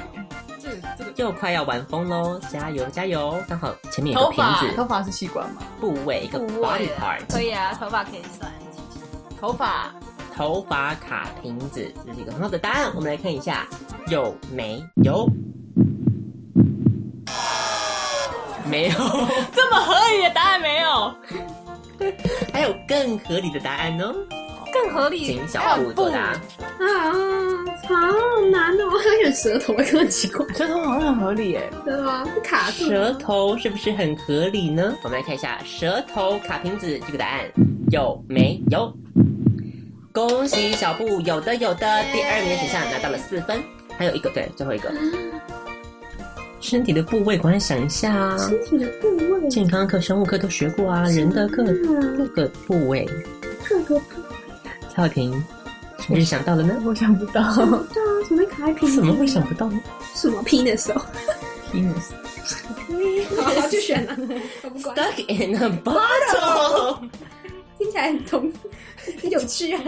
[SPEAKER 4] 这个这个
[SPEAKER 1] 又快要玩疯喽，加油加油！刚好前面有个
[SPEAKER 5] 头
[SPEAKER 1] 瓶
[SPEAKER 5] 发头
[SPEAKER 1] 子
[SPEAKER 5] 发是器官吗？
[SPEAKER 1] 部位，一个 body part，
[SPEAKER 3] 以啊，头发可以算。
[SPEAKER 5] 头发
[SPEAKER 1] 头发卡瓶子，这是一个很好的答案。我们来看一下有没 有？没有，
[SPEAKER 5] 这么合理的答案没有？
[SPEAKER 1] 还有更合理的答案哦，
[SPEAKER 3] 更合理
[SPEAKER 1] 请小布作答。
[SPEAKER 4] 啊，好难哦！还有舌头，这很奇怪，
[SPEAKER 5] 这头好像很合理哎、
[SPEAKER 4] 对吗？卡住
[SPEAKER 1] 舌头啊是不是很合理呢？我们来看一下舌头卡瓶子这个答案有没有？恭喜小布，有的有的，第二名的选项拿到了四分，还有一个对，最后一个。身体的部位，赶快想一下啊！
[SPEAKER 2] 身体的部位，
[SPEAKER 1] 健康课、生物课都学过啊，人的各各个部位。
[SPEAKER 2] 各个部
[SPEAKER 1] 蔡小婷是不是想到了呢？
[SPEAKER 5] 我想不
[SPEAKER 2] 位
[SPEAKER 5] 到
[SPEAKER 2] 啊，怎么会卡在瓶子
[SPEAKER 1] 怎？么会想不到呢？
[SPEAKER 2] 什么 penis 哦？
[SPEAKER 5] penis，
[SPEAKER 4] 好去选了，我不管，
[SPEAKER 1] Stuck in a bottle，
[SPEAKER 2] 听起来很同，很有趣啊！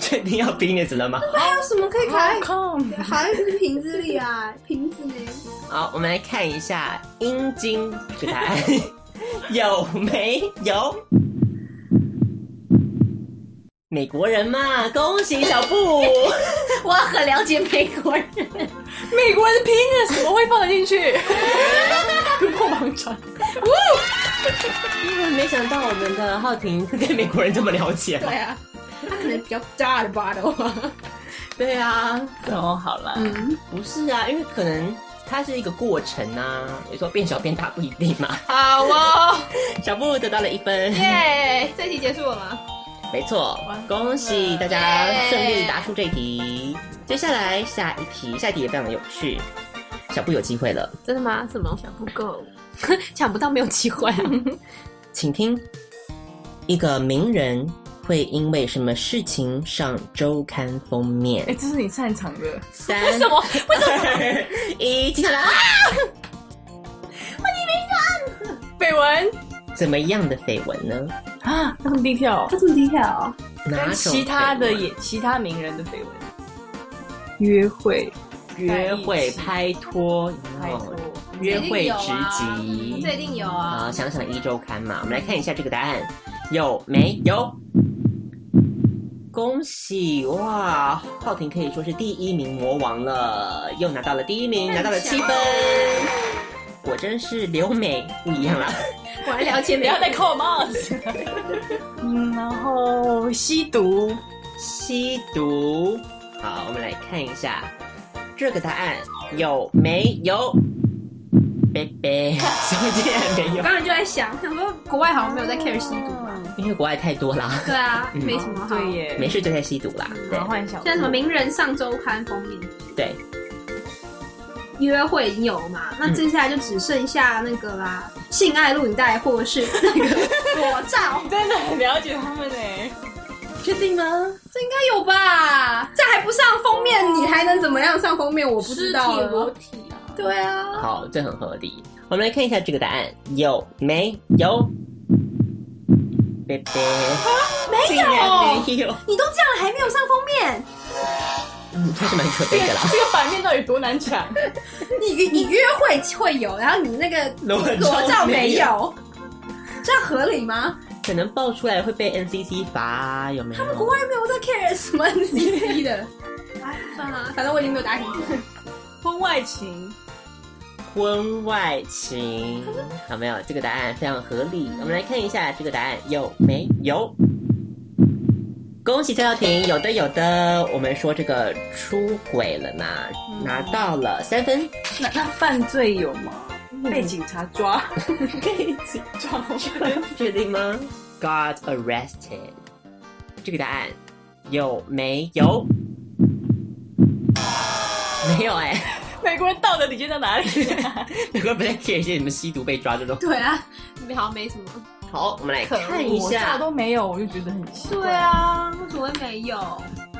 [SPEAKER 1] 确定要 penis 了吗？
[SPEAKER 2] 还有什么可以
[SPEAKER 3] 啊
[SPEAKER 2] 卡
[SPEAKER 5] 哎
[SPEAKER 2] 在
[SPEAKER 5] 看
[SPEAKER 2] 卡在瓶子里啊？瓶子呢？
[SPEAKER 1] 好，我们来看一下阴茎这个答 案有没有？美国人嘛，恭喜小布。
[SPEAKER 3] 我很了解美国人，
[SPEAKER 5] 美国人的 penis 怎么会放得进 去？突破盲肠，
[SPEAKER 1] 因为没想到我们的浩婷对美国人这么了解。
[SPEAKER 3] 对啊，
[SPEAKER 2] 他哎可能比较大的 bottle 啊。
[SPEAKER 1] 对啊，
[SPEAKER 5] 哦，好了，
[SPEAKER 1] 不是啊，因为可能它是一个过程啊，有时候变小变大不一定嘛。
[SPEAKER 3] 好哦，
[SPEAKER 1] 小布得到了一分，
[SPEAKER 3] 耶，这题结束了吗？
[SPEAKER 1] 没错，恭喜大家顺利答出这题。接下来下一题，下一题也非常的有趣，小布有机会了，
[SPEAKER 3] 真的吗？什么？想不 够，抢不到没有机会。
[SPEAKER 2] 啊
[SPEAKER 1] 请听。一个名人会因为什么事情上周刊封面
[SPEAKER 5] 哎、？这是你擅长的，
[SPEAKER 1] 三
[SPEAKER 3] 为什么？为什么？
[SPEAKER 1] 二一，请上来！
[SPEAKER 5] 绯闻
[SPEAKER 1] 怎么样的绯闻呢？
[SPEAKER 5] 啊，那么低调，
[SPEAKER 2] 他这么低调啊？
[SPEAKER 1] 哪种
[SPEAKER 5] 跟其他
[SPEAKER 1] 绯
[SPEAKER 5] 的
[SPEAKER 1] 闻
[SPEAKER 5] 也其他名人的绯闻，约会，
[SPEAKER 1] 约会、拍拖、
[SPEAKER 5] 拍拖
[SPEAKER 1] 哦约会直
[SPEAKER 3] 啊
[SPEAKER 1] 击。
[SPEAKER 3] 这一定有
[SPEAKER 1] 好，
[SPEAKER 3] 啊，
[SPEAKER 1] 想想一周刊嘛，我们来看一下这个答案有没有？恭喜哇！浩婷可以说是第一名魔王了，又拿到了第一名，拿到了七分。果真是留美不一样了。
[SPEAKER 3] 果然了解
[SPEAKER 5] 不
[SPEAKER 3] 美
[SPEAKER 5] 要
[SPEAKER 3] 国
[SPEAKER 5] 再
[SPEAKER 3] 人。
[SPEAKER 5] 扣我帽子。嗯，然后吸毒，
[SPEAKER 1] 吸毒。好，我们来看一下这个答案有没有？贝贝， 小姐没
[SPEAKER 2] 我
[SPEAKER 1] 有，
[SPEAKER 2] 刚才就在想，想说国外好像没有在 care 吸毒吧？
[SPEAKER 1] 因为国外太多啦，
[SPEAKER 2] 对啊，
[SPEAKER 1] 嗯
[SPEAKER 2] 没什么好。
[SPEAKER 5] 对
[SPEAKER 2] 现
[SPEAKER 5] 耶，
[SPEAKER 1] 没事就在吸毒啦。对
[SPEAKER 5] 然后幻想
[SPEAKER 2] 在什么名人上周刊封面
[SPEAKER 1] 对，
[SPEAKER 2] 约会已经有嘛？那接下来就只剩下那个啦，性爱录影带或者是那个裸照，
[SPEAKER 5] 真的很了解他们哎，
[SPEAKER 1] 确定吗？
[SPEAKER 2] 这应该有吧？这还不上封面，你还能怎么样上封面？我不知道了
[SPEAKER 5] 体啊，
[SPEAKER 2] 对啊，
[SPEAKER 1] 好，这很合理。我们来看一下这个答案有没有？贝贝，啊没有，没有，
[SPEAKER 2] 你都这样了还没有上封面，
[SPEAKER 1] 嗯，确实蛮可悲
[SPEAKER 5] 这个
[SPEAKER 1] 的啦。
[SPEAKER 5] 这个版面到底多难抢？
[SPEAKER 2] 你 你约会会有，然后你那个
[SPEAKER 1] 裸
[SPEAKER 2] 裸照没，有，这样合理吗？
[SPEAKER 1] 可能爆出来会被 NCC 罚，有没有？
[SPEAKER 2] 国外没有在 care 什么 CC 的，哎，算了，反正我已经没有答题了。
[SPEAKER 5] 婚外情，
[SPEAKER 1] 婚外情，好没有？这个答案非常合理。我们来看一下这个答案有没有。恭喜蔡耀庭，有的有的。我们说这个出轨了呢，拿到了三分。
[SPEAKER 5] 那那犯罪有吗？被警察抓，被警 抓，
[SPEAKER 1] 确定吗？Got arrested。这个答案有没有？没有哎、
[SPEAKER 5] 美国人道德底线在哪里？
[SPEAKER 1] 美国人不太 care 一些什么吸毒被抓这种。
[SPEAKER 2] 对啊，
[SPEAKER 3] 好像没什么。
[SPEAKER 1] 好，我们来看一
[SPEAKER 5] 我啥
[SPEAKER 1] 下。
[SPEAKER 5] 都没有，我就觉得很奇怪。
[SPEAKER 3] 对，啊，为什么会没有？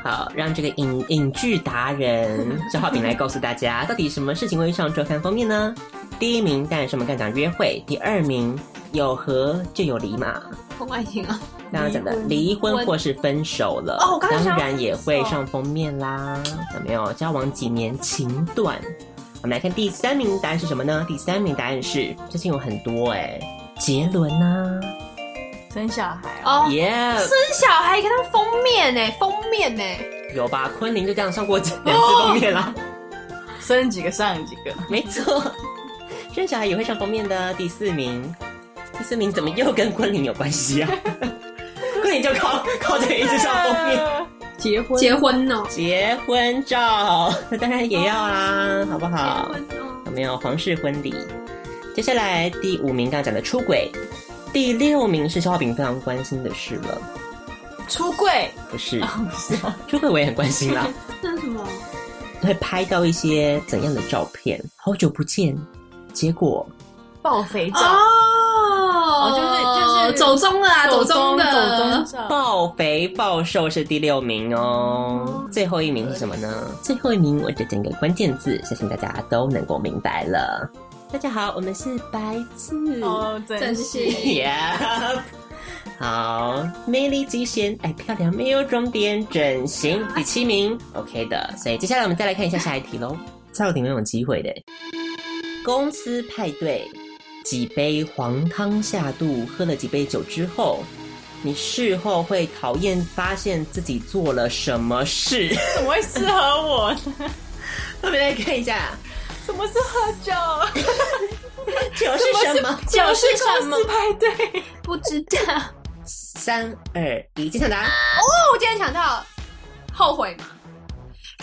[SPEAKER 1] 好，让这个影影剧达 人赵浩平来告诉大家，到底什么事情会上周刊封面呢？第一名当然是我们刚才讲约会，第二名有和就有离嘛，
[SPEAKER 3] 婚外情啊？
[SPEAKER 1] 刚刚讲的离婚或是分手了，
[SPEAKER 3] 哦我刚刚
[SPEAKER 1] 当
[SPEAKER 3] 想
[SPEAKER 1] 然也会上封面啦。有没有交往几年情断？我们来看第三名答案是什么呢？第三名答案是最近有很多哎、杰伦呐、
[SPEAKER 5] 生小孩啊，
[SPEAKER 3] 哦，
[SPEAKER 1] 耶、
[SPEAKER 3] 生小孩给他们封面呢、封面呢、
[SPEAKER 1] 有吧？昆凌就这样上过两次封面啦，
[SPEAKER 3] 哦
[SPEAKER 5] 生几个上几 个，
[SPEAKER 1] 没错，生小孩也会上封面的。第四名，第四名怎么又跟昆凌有关系啊？ 昆凌就靠靠这个一直上封面。
[SPEAKER 5] 结婚
[SPEAKER 2] 结婚哦，
[SPEAKER 1] 结婚照， 那当然也要啊，好不好？
[SPEAKER 3] 哦，
[SPEAKER 1] 有没有皇室婚礼？接下来第五名刚刚讲的出轨，第六名是肖化饼非常关心的事了，
[SPEAKER 5] 出柜，
[SPEAKER 1] 不是、
[SPEAKER 5] 不是啊
[SPEAKER 1] 出轨我也很关心啦，
[SPEAKER 2] 那什么？
[SPEAKER 1] 会拍到一些怎样的照片？好久不见，结果
[SPEAKER 5] 爆肥照，
[SPEAKER 2] 哦
[SPEAKER 5] 就是就是
[SPEAKER 2] 走中了啊，
[SPEAKER 5] 走
[SPEAKER 2] 中
[SPEAKER 5] 中
[SPEAKER 2] 的，
[SPEAKER 5] 走中照，
[SPEAKER 1] 暴肥暴瘦是第六名哦，最后一名是什么呢？最后一名我这整个关键字，相信大家都能够明白了。大家好，我们是白字。
[SPEAKER 5] 哦，真
[SPEAKER 2] 真
[SPEAKER 5] 是
[SPEAKER 2] 是
[SPEAKER 1] Yep。好，魅力极限，爱漂亮，没有终点，整形第七名，OK 的。所以接下来我们再来看一下下一题喽。蔡友婷没有机会的。公司派对，几杯黄汤下肚，喝了几杯酒之后，你事后会讨厌发现自己做了什么事。
[SPEAKER 5] 怎么会适合我呢？
[SPEAKER 1] 我们来看一下，
[SPEAKER 5] 怎么是喝酒？
[SPEAKER 1] 酒是什么？
[SPEAKER 5] 酒
[SPEAKER 3] 是什么
[SPEAKER 5] 公司派对？
[SPEAKER 2] 不知道，
[SPEAKER 1] 三二一，揭晓答案。
[SPEAKER 3] 哦，我竟然想到，后悔吗？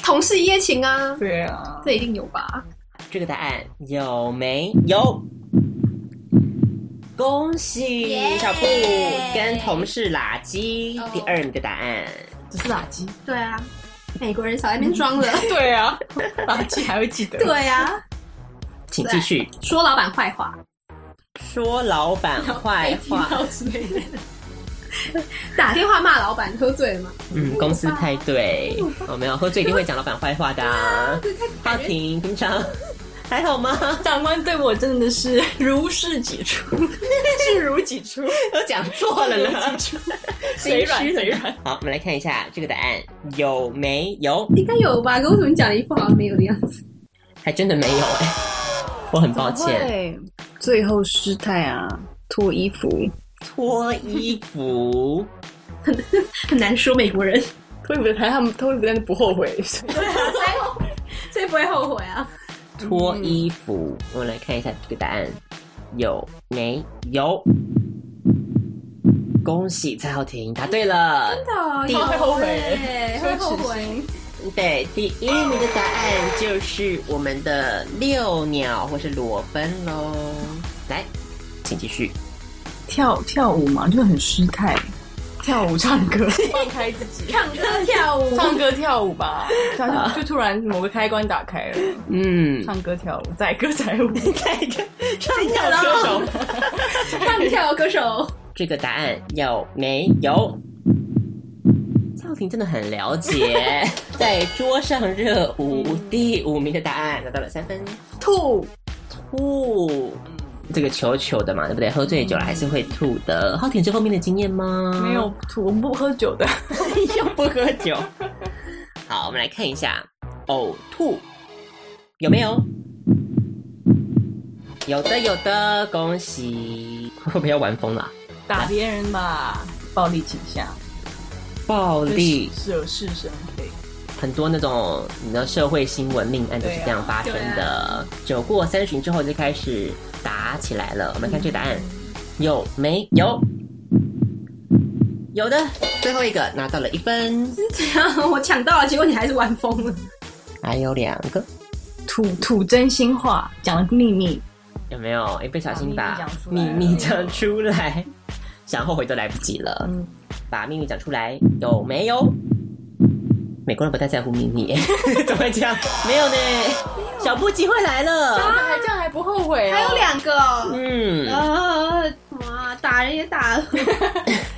[SPEAKER 3] 同事一夜情啊，
[SPEAKER 5] 对啊，
[SPEAKER 3] 这一定有吧？
[SPEAKER 1] 这个答案有没有？恭喜
[SPEAKER 3] 耶
[SPEAKER 1] 小布跟同事垃圾
[SPEAKER 3] 哦
[SPEAKER 1] 第二名的答案。
[SPEAKER 5] 只是垃圾。
[SPEAKER 2] 对啊，美国人少在那边装的，
[SPEAKER 5] 对啊，垃圾还会记 得。
[SPEAKER 2] 对啊，
[SPEAKER 1] 请继续
[SPEAKER 2] 说老板坏话，
[SPEAKER 1] 说老板 坏话。
[SPEAKER 2] 之类的，打电话骂老板，喝醉了吗？
[SPEAKER 1] 嗯，公司派对，我没有喝醉一定会讲老板坏话的、 啊。浩婷平 常还好吗？
[SPEAKER 5] 长官对我真的是如释解除， 是如己出，
[SPEAKER 1] 都讲错 了呢。
[SPEAKER 5] 嘴软嘴软。
[SPEAKER 1] 好，我们来看一下这个答案有没有？
[SPEAKER 2] 应该有吧？可我怎么讲的一副好像没有的样子？
[SPEAKER 1] 还真的没有哎、我很抱歉。
[SPEAKER 4] 对，最后失态啊，脱衣服，
[SPEAKER 1] 脱衣服，
[SPEAKER 2] 很难说美国人，
[SPEAKER 4] 脱衣服，还他们脱衣服，但是不后悔。
[SPEAKER 2] 所以不会后悔啊。
[SPEAKER 1] 脱衣服，我们来看一下这个答案有没有？恭喜蔡浩婷答对了，
[SPEAKER 2] 哦，
[SPEAKER 1] 第
[SPEAKER 5] 会后悔
[SPEAKER 2] 欸会后悔。
[SPEAKER 1] 对，第一名的答案就是我们的六鸟或是裸奔喽。来，请继续。
[SPEAKER 4] 跳跳舞嘛，就很失态。跳舞、唱 歌，
[SPEAKER 5] 放开自己，
[SPEAKER 2] 唱歌跳舞，
[SPEAKER 5] 唱歌跳舞吧。对啊就就突然某个开关打开了，
[SPEAKER 1] 嗯，
[SPEAKER 5] 唱歌跳舞，载歌载舞，载歌
[SPEAKER 2] 唱跳歌手， 唱跳歌手，
[SPEAKER 1] 这个答案有没有？赵婷真的很了解， 在桌上热舞第五名的答案拿到了三分。
[SPEAKER 4] 吐
[SPEAKER 1] 吐，这个球球的嘛，对不对？喝醉酒了还是会吐
[SPEAKER 2] 嗯
[SPEAKER 1] 的。浩婷这方面的经验吗？
[SPEAKER 5] 没有，吐，我们不喝酒的。
[SPEAKER 1] 又不喝酒。好，我们来看一下呕吐有没有？有的，有的，恭喜！会不会要玩疯了啊？
[SPEAKER 5] 打别人吧，暴力倾向，
[SPEAKER 1] 暴力
[SPEAKER 5] 就是惹是生非。
[SPEAKER 1] 很多那种你知道社会新闻命案就是这样发生的。酒过三巡之后就开始打起来了。我们看这个答案、有没有？有的，最后一个拿到了一分，
[SPEAKER 2] 怎样？我抢到了，结果你还是玩疯了。
[SPEAKER 1] 还有两个，
[SPEAKER 5] 吐吐真心话，讲秘密，
[SPEAKER 1] 有没有？一不小心哎把
[SPEAKER 5] 把秘
[SPEAKER 1] 秘
[SPEAKER 5] 密讲出来了
[SPEAKER 1] 密讲出来，想后悔都来不及了。
[SPEAKER 5] 嗯
[SPEAKER 1] 把秘密讲出来有没有？美国人不太在乎秘 密，怎么会这样？没有呢，小布机会来了。
[SPEAKER 5] 嗯啊还这样还不后悔
[SPEAKER 3] 还有两个哦，
[SPEAKER 1] 嗯，
[SPEAKER 2] 呃，哇，打人也打了，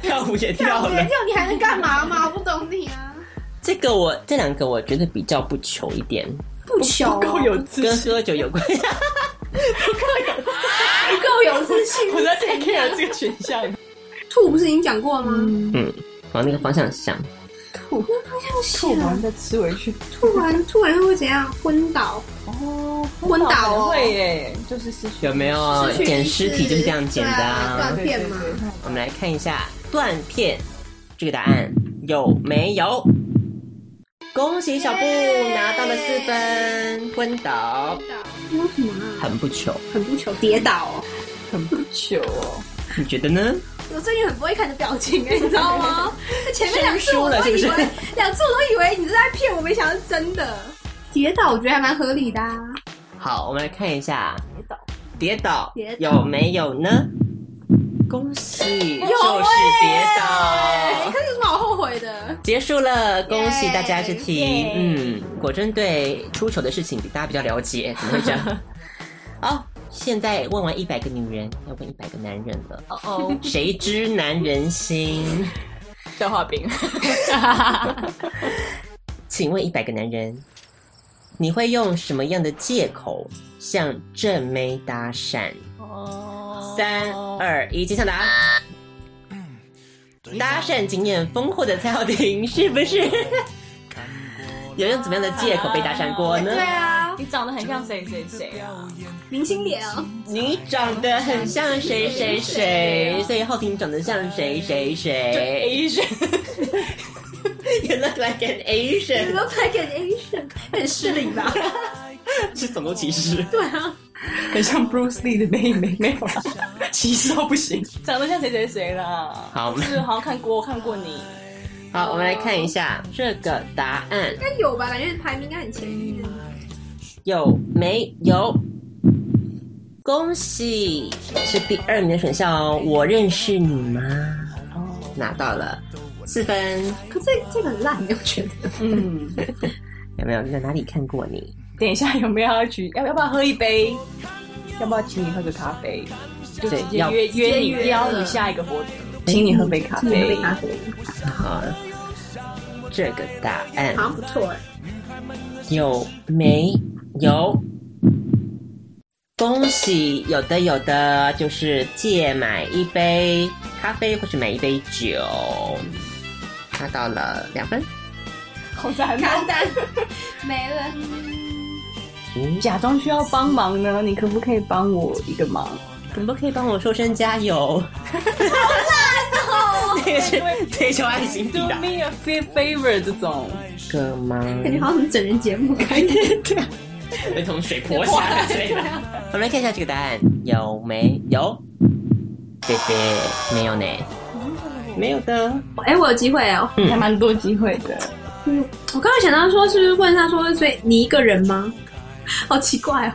[SPEAKER 1] 跳舞也 跳了。
[SPEAKER 3] 跳你还能干嘛嘛？我不懂你啊。
[SPEAKER 1] 这个我这两个我觉得比较不糗一点，
[SPEAKER 2] 不啊求
[SPEAKER 5] 不够有自
[SPEAKER 1] 跟
[SPEAKER 5] 信，
[SPEAKER 1] 喝酒有关。
[SPEAKER 2] 不够有自信。
[SPEAKER 5] 我在 take care 这个选项。
[SPEAKER 2] 兔不是已经讲过了吗？
[SPEAKER 1] 嗯，往那个方向想。
[SPEAKER 4] 吐完再吃回去。
[SPEAKER 2] 吐完吐完会怎样？昏倒，
[SPEAKER 5] 哦，
[SPEAKER 2] 昏倒哦
[SPEAKER 5] 会耶，就是失去
[SPEAKER 1] 有没有
[SPEAKER 2] 失去
[SPEAKER 1] 捡
[SPEAKER 2] 理
[SPEAKER 1] 尸体
[SPEAKER 2] 智
[SPEAKER 1] 就是这样捡的、
[SPEAKER 2] 对啊
[SPEAKER 1] 啊
[SPEAKER 2] 断？片嘛。
[SPEAKER 1] 我们来看一下断片这个答案有没有？恭喜小布拿到了四分，昏倒，
[SPEAKER 2] 没有什么啊，
[SPEAKER 1] 很不糗，
[SPEAKER 2] 很不求跌倒哦。
[SPEAKER 5] 球哦，
[SPEAKER 1] 你觉得呢？
[SPEAKER 2] 我最近很不会看你的表情 哎、你知道吗？前面两次
[SPEAKER 1] 生疏
[SPEAKER 2] 我
[SPEAKER 1] 了
[SPEAKER 2] 都
[SPEAKER 1] 是不
[SPEAKER 2] 以
[SPEAKER 1] 是
[SPEAKER 2] 为 两次我都以为你是在骗我，没想到是真的。跌倒我觉得还蛮合理的、啊，
[SPEAKER 1] 好，我们来看一下
[SPEAKER 2] 跌倒
[SPEAKER 1] 跌倒
[SPEAKER 2] 跌倒
[SPEAKER 1] 有没有呢？恭喜，就是跌倒。
[SPEAKER 2] 可欸是有什么好后悔的？
[SPEAKER 1] 结束了，恭喜大家这题
[SPEAKER 2] 耶
[SPEAKER 1] 嗯，果真对出糗的事情比大家比较了解，怎么会这样？好，现在问完一百个女人，要问一百个男人了。哦哦，谁知男人心？
[SPEAKER 5] 消化饼，
[SPEAKER 1] 请问一百个男人，你会用什么样的借口向正妹搭讪？
[SPEAKER 5] 哦
[SPEAKER 1] 三二一，揭晓答案。搭讪经验丰富的蔡浩婷是不是有用怎么样的借口被搭讪过呢？
[SPEAKER 2] 对啊，
[SPEAKER 5] 你长得很像谁谁谁啊？
[SPEAKER 3] 明星脸啊，
[SPEAKER 1] 你长得很像谁谁谁，所以浩婷长得像谁谁谁。
[SPEAKER 5] Asian，
[SPEAKER 1] You look like an
[SPEAKER 3] 你
[SPEAKER 1] Asian，
[SPEAKER 3] 都快给 Asian，很失礼吧？
[SPEAKER 1] 是种族歧视。
[SPEAKER 3] 对啊，
[SPEAKER 5] 很像 Bruce Lee 的妹妹，没有啦，歧视到不行，长得像谁谁谁啦。
[SPEAKER 1] 好
[SPEAKER 5] 就是好像看过，我看过你。
[SPEAKER 1] 好，我们来看一下这个答案
[SPEAKER 3] 应该有吧？感觉排名应该很前面。
[SPEAKER 1] 有没有？恭喜，是第二名的选项哦。我认识你吗？
[SPEAKER 5] 哦
[SPEAKER 1] 拿到了四分。
[SPEAKER 3] 可这这个很烂，你有觉得？
[SPEAKER 5] 嗯，
[SPEAKER 1] 有没有你在哪里看过你？
[SPEAKER 5] 等一下有没有要去？要要不要喝一杯？要不要请你喝个咖啡？就直接
[SPEAKER 1] 要
[SPEAKER 5] 约约你
[SPEAKER 3] 约了
[SPEAKER 5] 邀你下一个活动，请你喝杯咖啡。
[SPEAKER 1] 嗯
[SPEAKER 3] 啡，
[SPEAKER 1] 好，这个答案
[SPEAKER 3] 好像不错哎。
[SPEAKER 1] 有没有？恭喜，有的有的，就是借买一杯咖啡或是买一杯酒，拿到了两分。
[SPEAKER 5] 好啊惨
[SPEAKER 3] 卡单没了，
[SPEAKER 1] 嗯，
[SPEAKER 5] 假装需要帮忙呢，你可不可以帮我一个忙？
[SPEAKER 1] 怎么可以帮我说声加油？好烂哦！那个是追求爱情必
[SPEAKER 5] Do
[SPEAKER 1] 答。
[SPEAKER 5] me a favor 这种，
[SPEAKER 1] 个吗？
[SPEAKER 3] 感觉好像什么整人节目开的。
[SPEAKER 1] 会从水泼下来之 类的。我们来看一下这个答案有没有？对对，没有呢，嗯没有的。
[SPEAKER 3] 哎、我有机会哦。
[SPEAKER 5] 还蛮多机会的。
[SPEAKER 3] 嗯，我刚刚想到说，是不是问他说，所以你一个人吗？好奇怪哦。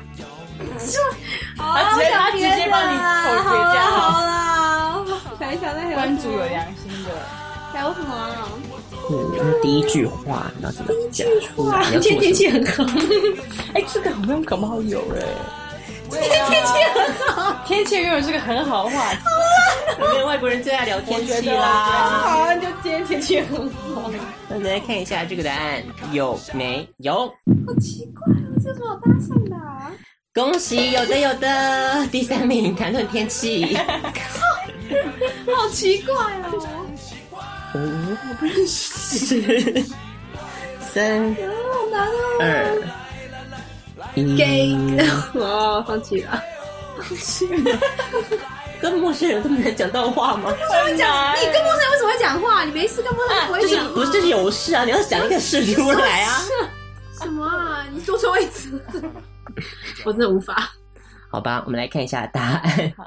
[SPEAKER 5] 他直接他直接帮你口诀加好，
[SPEAKER 3] 啦，想一想那
[SPEAKER 5] 关注有良心的，
[SPEAKER 3] 还有什么啊？
[SPEAKER 1] 嗯，那第一句话你要怎么讲出来？你要
[SPEAKER 3] 今天
[SPEAKER 1] 做什
[SPEAKER 3] 天气很好，
[SPEAKER 5] 哎，这个好像感冒有哎。天气很好，天气永远是个很好的话题。
[SPEAKER 1] 么？没有外国人最爱聊天气啦。
[SPEAKER 5] 好啊，就今天天气很好。
[SPEAKER 1] 我们来看一下这个答案有没有？
[SPEAKER 3] 好奇怪哦，这是我搭上的、啊。
[SPEAKER 1] 恭喜，有的有的，第三名谈论天气。
[SPEAKER 3] 好奇怪哦，
[SPEAKER 1] 三
[SPEAKER 3] 好难哦。
[SPEAKER 1] 二一，
[SPEAKER 3] 给哦，放弃了。
[SPEAKER 1] 跟陌生人这么难讲到话吗？
[SPEAKER 3] 啊
[SPEAKER 5] 很难
[SPEAKER 3] 你跟陌生人为什么会讲话？你没事跟陌生人不会
[SPEAKER 1] 就是
[SPEAKER 3] 讲话
[SPEAKER 1] 不是就是有事啊？你要想一个事出来啊！
[SPEAKER 3] 什么啊？你坐错位置，我真的无法。
[SPEAKER 1] 好吧，我们来看一下答案。
[SPEAKER 5] 好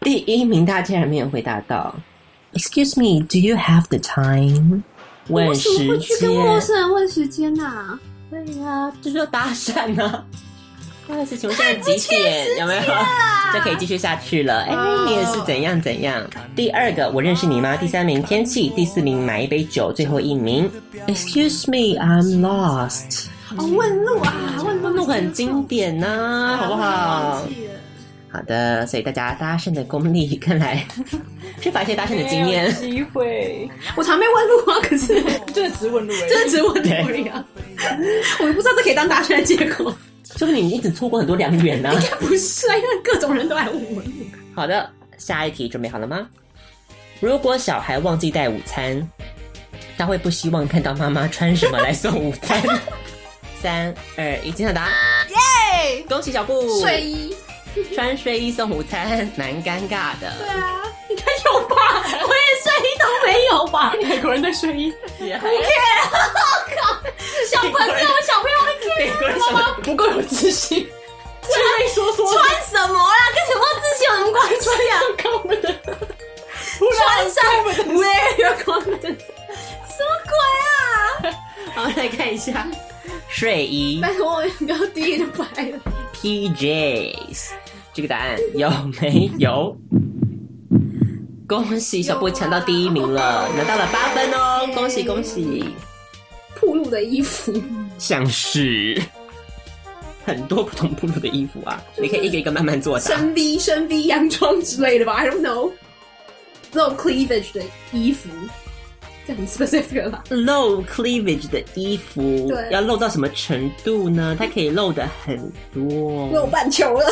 [SPEAKER 1] 第一名，大家竟然没有回答到。Excuse me, do you have the time？问
[SPEAKER 3] 为什么
[SPEAKER 1] 时
[SPEAKER 3] 会去
[SPEAKER 1] 间
[SPEAKER 3] 跟，陌生人问时间呐、啊？
[SPEAKER 1] 对呀、就是要搭讪呢、啊。 不好意思，请问现在几点？有没 有？就可以继续下去了。哎、你也是怎样怎样？第二个，我认识你吗？第三名，天气；第四名，买一杯酒；最后一名，Excuse me, I'm lost。
[SPEAKER 3] 哦，问路啊，问路
[SPEAKER 1] 问路很经典呐、好不好？好的，所以大家搭讪的功力，看 来缺乏一些搭讪的经
[SPEAKER 5] 没有
[SPEAKER 1] 验。
[SPEAKER 5] 机会，
[SPEAKER 3] 我常被问路啊，可是
[SPEAKER 5] 真的只是问路而已。
[SPEAKER 3] 真的只问路而已啊。我也不知道这可以当大学的借口，
[SPEAKER 1] 说不定你一直错过很多良缘呢、
[SPEAKER 3] 不是啊，因为各种人都来问我。
[SPEAKER 1] 好的，下一题准备好了吗？如果小孩忘记带午餐，他会不希望看到妈妈穿什么来送午餐？ 三二一，揭晓答！耶！恭喜小布，
[SPEAKER 3] 睡衣，
[SPEAKER 1] 穿睡衣送午餐，蛮尴尬的。
[SPEAKER 3] 对啊，应该有吧？我连睡衣都没有 吧？
[SPEAKER 5] 美国人对睡衣，
[SPEAKER 1] 对，
[SPEAKER 3] 小朋友，小朋友会啊
[SPEAKER 1] 美国人什么？
[SPEAKER 5] 不够有自信，只会说说
[SPEAKER 3] 穿什么啦？跟什么自信有什么关系啊？
[SPEAKER 5] 看我们的，
[SPEAKER 3] 穿上 Where your confidence？什么鬼啊？
[SPEAKER 1] 我们来看一下睡衣。
[SPEAKER 3] 拜托，我不要第一个就白了。
[SPEAKER 1] PJs，这个答案有没有？恭喜小布抢到第一名了，拿到了八分哦！恭喜恭喜！
[SPEAKER 3] 铺路的衣服，
[SPEAKER 1] 像是很多不同部落的衣服啊，你可以一个一个慢慢做啊答。
[SPEAKER 3] 深 V、深 V 洋装之类的吧？I don't know，那种 cleavage 的衣服，这很 specific 了吧？
[SPEAKER 1] 露 cleavage 的衣服
[SPEAKER 3] 对
[SPEAKER 1] 要露到什么程度呢？它可以露的很
[SPEAKER 3] 露
[SPEAKER 1] 多，
[SPEAKER 3] 半球了，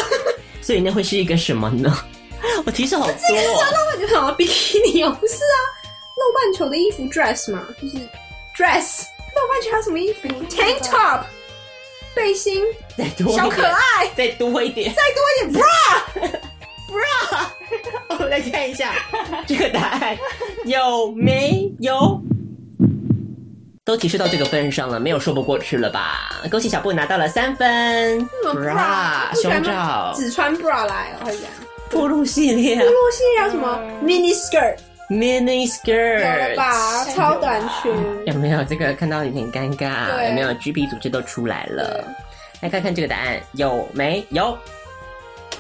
[SPEAKER 1] 所以那会是一个什么呢？我提示好多、哦，
[SPEAKER 3] 那就什么比基尼哦？不是啊，露半球的衣服 dress 嘛，就是 dress。露半球还有什么衣服？tank top。
[SPEAKER 2] 背心
[SPEAKER 1] 再多一点
[SPEAKER 2] 小可，爱，
[SPEAKER 1] 再多一点。
[SPEAKER 2] 再多一点 bra，
[SPEAKER 4] 我们来看一下，
[SPEAKER 1] 这个答案有没有？都提示到这个份上了，没有说不过去了吧？恭喜小布拿到了三分
[SPEAKER 2] 什么 bra？不喜
[SPEAKER 1] 胸
[SPEAKER 2] 欢
[SPEAKER 1] 罩、
[SPEAKER 2] 只穿 bra 来哦，哎呀，
[SPEAKER 1] 铺路系列、
[SPEAKER 2] 洛西要什么
[SPEAKER 1] 嗯
[SPEAKER 2] mini skirt，
[SPEAKER 1] mini
[SPEAKER 2] 有了
[SPEAKER 1] skirt，
[SPEAKER 2] 吧？超短裙，
[SPEAKER 1] 有没有？这个看到有点尴尬，
[SPEAKER 2] 对
[SPEAKER 1] 有没有？G P 组织都出来了，来看看这个答案有没有？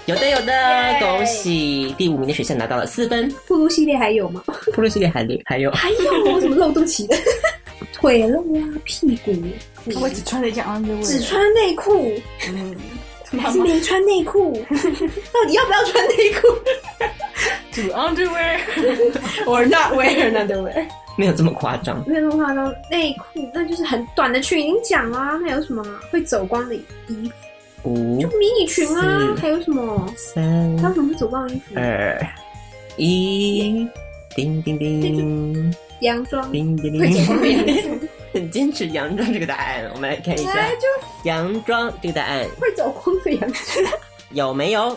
[SPEAKER 1] 有的，有的，
[SPEAKER 2] 耶
[SPEAKER 1] 恭喜第五名的学校拿到了四分。
[SPEAKER 2] 布鲁系列还有吗？
[SPEAKER 1] 铺路系列还有还有，
[SPEAKER 2] 还有我怎么露肚脐的？腿露啊，屁股，
[SPEAKER 5] 我只穿了一件 underwear，
[SPEAKER 2] 只穿内裤，还是没穿内裤？ 到底要不要穿内裤
[SPEAKER 5] 只 underwear，
[SPEAKER 2] ？Or not wear not wear？
[SPEAKER 1] 没有这么夸张。
[SPEAKER 2] 没有那么夸张，内裤那就是很短的裙，已经讲啦、那有什么会走光的衣服？
[SPEAKER 1] 五、
[SPEAKER 2] 迷你裙啊，
[SPEAKER 1] 是
[SPEAKER 2] 还有什么？
[SPEAKER 1] 三、
[SPEAKER 2] 还有什么会走光的衣服？
[SPEAKER 1] 二、一，叮叮叮，
[SPEAKER 2] 洋装。
[SPEAKER 1] 叮叮 叮。很坚持洋装这个答案，我们来看一下
[SPEAKER 2] 哎，就
[SPEAKER 1] 洋装这个答案
[SPEAKER 2] 会走光的洋装，
[SPEAKER 1] 有没有？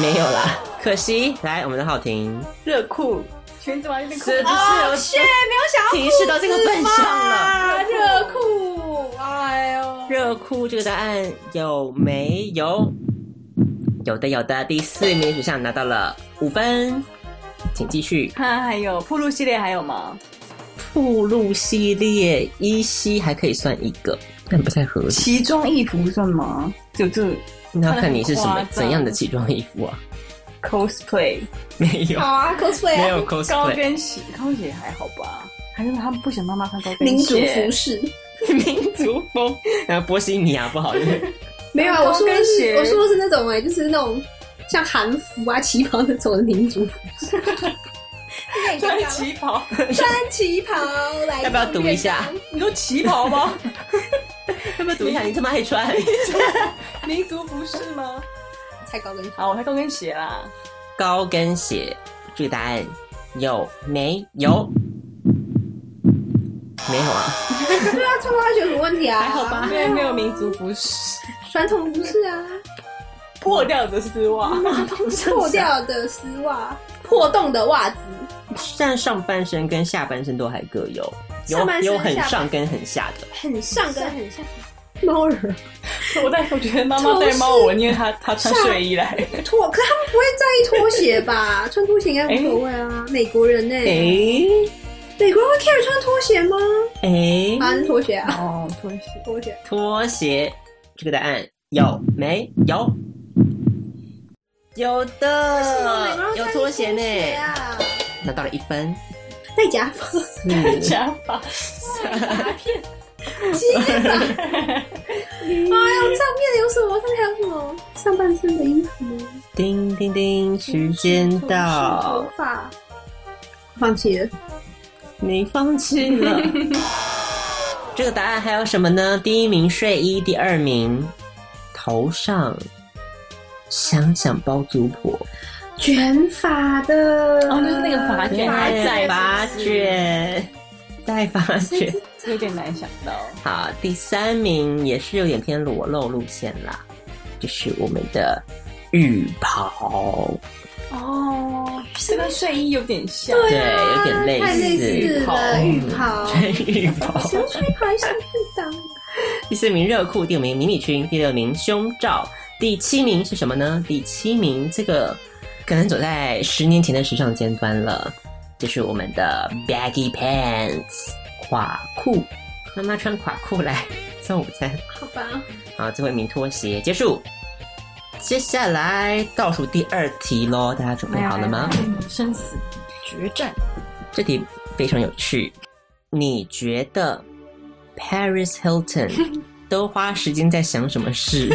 [SPEAKER 1] 没有啦，可惜。来，我们的浩婷，
[SPEAKER 5] 热裤，裙子吗？有点裤
[SPEAKER 1] 这就
[SPEAKER 3] 啊，
[SPEAKER 1] 是
[SPEAKER 3] 谢，没有想要
[SPEAKER 1] 提示到这个份上了。
[SPEAKER 3] 啊，热裤，哎呦，
[SPEAKER 1] 热裤这个答案有没有？有的，有的。第四名选项拿到了五分，请继续。
[SPEAKER 5] 看还有铺路系列还有吗？
[SPEAKER 1] 铺路系列依稀还可以算一个，但不太合适。
[SPEAKER 5] 奇装异服算吗？就这
[SPEAKER 1] 那要看你是什么
[SPEAKER 5] 很夸张
[SPEAKER 1] 怎样的奇装异服啊？
[SPEAKER 5] cosplay
[SPEAKER 1] 没有
[SPEAKER 2] 好，啊，cosplay
[SPEAKER 1] 没
[SPEAKER 2] 啊，
[SPEAKER 1] 有
[SPEAKER 5] 高
[SPEAKER 1] cosplay，
[SPEAKER 5] 跟鞋，高跟鞋还好吧？还是他们不想妈妈穿高跟鞋？
[SPEAKER 2] 民族服饰。
[SPEAKER 1] 民族风，然后波西米亚不好意思，
[SPEAKER 2] 没有啊，我说的
[SPEAKER 5] 高跟
[SPEAKER 2] 是
[SPEAKER 5] 鞋
[SPEAKER 2] 我说的是那种哎、就是那种像韩服啊、旗袍那种的民族服，
[SPEAKER 5] 穿旗袍，
[SPEAKER 2] 穿旗袍来
[SPEAKER 1] 要不要读一下？
[SPEAKER 5] 你说旗袍吗？
[SPEAKER 1] 要不要读一下？你这么爱穿，
[SPEAKER 5] 民族服饰吗？
[SPEAKER 2] 才高跟鞋，
[SPEAKER 5] 啊，我穿高跟鞋啦。
[SPEAKER 1] 高跟鞋这个答案有没有？没有啊。
[SPEAKER 2] 对啊，穿高跟鞋有什么问题啊？还好
[SPEAKER 5] 因为没有民族服 饰，
[SPEAKER 2] 传统服饰啊，
[SPEAKER 5] 破掉的丝 袜，
[SPEAKER 2] 破掉的丝袜，破洞的袜子，
[SPEAKER 1] 但上半身跟下半身都还各有，有
[SPEAKER 2] 上半身
[SPEAKER 1] 有很
[SPEAKER 2] 下半
[SPEAKER 1] 上跟很下的。
[SPEAKER 2] 很上跟很像猫人
[SPEAKER 5] 我但我觉得妈妈带猫，我因为她她穿睡衣来，
[SPEAKER 2] 拖，可他们不会在意拖 鞋吧？穿拖鞋应该无所谓啊，美国人呢、
[SPEAKER 1] 诶
[SPEAKER 2] 美国人会 care 穿拖鞋吗？
[SPEAKER 1] 嗯诶，
[SPEAKER 2] 啊，是拖鞋啊，
[SPEAKER 5] 哦，拖
[SPEAKER 1] 嗯
[SPEAKER 5] 鞋，
[SPEAKER 2] 拖鞋。
[SPEAKER 1] 拖鞋这个答案有没有？有
[SPEAKER 2] 美
[SPEAKER 1] 的
[SPEAKER 2] 国人，会
[SPEAKER 1] 有
[SPEAKER 2] 穿
[SPEAKER 1] 拖鞋
[SPEAKER 2] 鞋
[SPEAKER 1] 呢，
[SPEAKER 2] 啊，
[SPEAKER 1] 拿到了一分。
[SPEAKER 2] 戴假发，
[SPEAKER 5] 假发，
[SPEAKER 2] 机长，哎呦，
[SPEAKER 1] 嗯
[SPEAKER 2] 哎上面有什么？上面还有什么？上半身的衣服，
[SPEAKER 1] 叮叮叮，时间到
[SPEAKER 2] 头，发，放弃了。
[SPEAKER 1] 你放弃了。这个答案还有什么呢？第一名睡衣，第二名头上想想包租婆。
[SPEAKER 2] 卷发的，
[SPEAKER 5] 哦就是那个
[SPEAKER 2] 啊
[SPEAKER 5] 发卷还在
[SPEAKER 1] 发卷，在发卷。
[SPEAKER 5] 有点难想到。
[SPEAKER 1] 好，啊第三名也是有点偏裸露路线啦，就是我们的浴袍，
[SPEAKER 5] 哦，这跟睡衣有点像，
[SPEAKER 1] 对，有点类
[SPEAKER 2] 啊太类
[SPEAKER 1] 似。
[SPEAKER 2] 似哦了，哦浴袍，
[SPEAKER 1] 穿浴袍，
[SPEAKER 2] 想穿浴袍还是浴袍？
[SPEAKER 1] 第四名热裤，第五名迷你裙，第六名胸罩，第七名是什么呢？第七名这个可能走在十年前的时尚尖端了，就是我们的 baggy pants 垮裤，妈妈穿垮裤来送午餐。
[SPEAKER 2] 好吧，
[SPEAKER 1] 好，最后一名拖鞋结束。接下来倒数第二题喽，大家准备好了吗？
[SPEAKER 5] 生死决战，
[SPEAKER 1] 这题非常有趣。你觉得 Paris Hilton 都花时间在想什么事？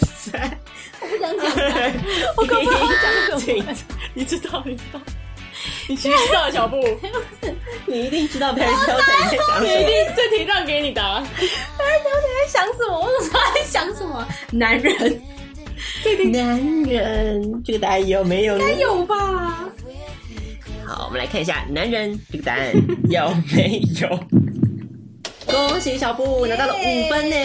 [SPEAKER 1] 三
[SPEAKER 2] 我不想讲，
[SPEAKER 1] 我刚刚讲什 么？
[SPEAKER 5] 你知道，你知道，你知道，小布，
[SPEAKER 1] 你一定知道 Paris Hilton 在想
[SPEAKER 5] 你一
[SPEAKER 1] 什么。
[SPEAKER 5] 定这题让给你答，
[SPEAKER 3] 在想什么？我怎么知道他在想什么？
[SPEAKER 2] 男人
[SPEAKER 1] 男人，这个答案有没有呢？
[SPEAKER 2] 有吧？
[SPEAKER 1] 好，我们来看一下男人这个答案有没有。 恭喜小布拿到了五分呢！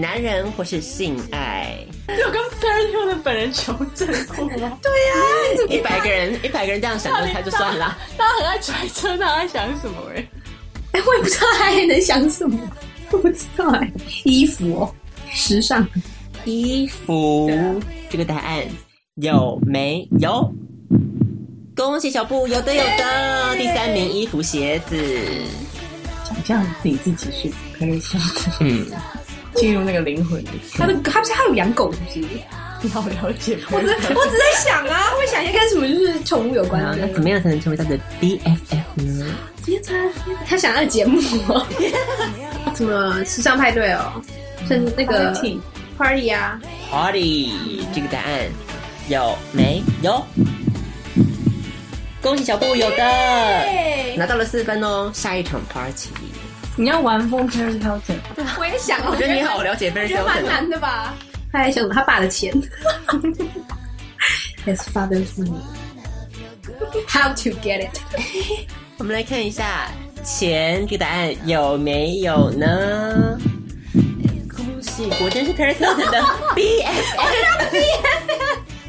[SPEAKER 1] 男人或是性爱，
[SPEAKER 5] 有跟 Perry Hill 的本人求证过吗？对，
[SPEAKER 1] 一百个人一百个人这样想就他就算 了。
[SPEAKER 5] 大家很爱揣测他在想什么哎、
[SPEAKER 2] 哎、我也不知道他还能想什么，我不知道哎、衣服哦，时尚，
[SPEAKER 1] 衣服这个答案有没有？恭喜小布，有的有的，第三名衣服鞋子，
[SPEAKER 5] 想象自己自己是 Perry Hill，
[SPEAKER 1] 嗯，
[SPEAKER 5] 进入那个灵魂里。
[SPEAKER 2] 他的他不是他有养狗是不是？
[SPEAKER 5] 你好了解 p
[SPEAKER 2] 我
[SPEAKER 5] e
[SPEAKER 2] 只我只在想啊，会想一些跟什么就是宠物有关
[SPEAKER 1] 那
[SPEAKER 2] 的。
[SPEAKER 1] 怎么样才能成为他的 BFF 呢？
[SPEAKER 2] 别他 他想要 节目哦，什么时尚派对哦，是那个 party 啊，
[SPEAKER 1] Party 这个答案有没有？恭喜小布有的，
[SPEAKER 3] 哎，
[SPEAKER 1] 拿到了四分哦。下一场 Party，
[SPEAKER 5] 你要玩疯 Perry Hill，
[SPEAKER 3] 我也想，
[SPEAKER 2] 哦
[SPEAKER 1] 我觉得你好了解 f e r
[SPEAKER 3] 我
[SPEAKER 1] r
[SPEAKER 3] 觉得哦蛮难的吧？
[SPEAKER 2] 他还想他爸的 钱。His father's money. How to get it?
[SPEAKER 1] 我们来看一下钱这个答案有没有呢？恭喜，果真是 p e r s o n 的
[SPEAKER 3] 哦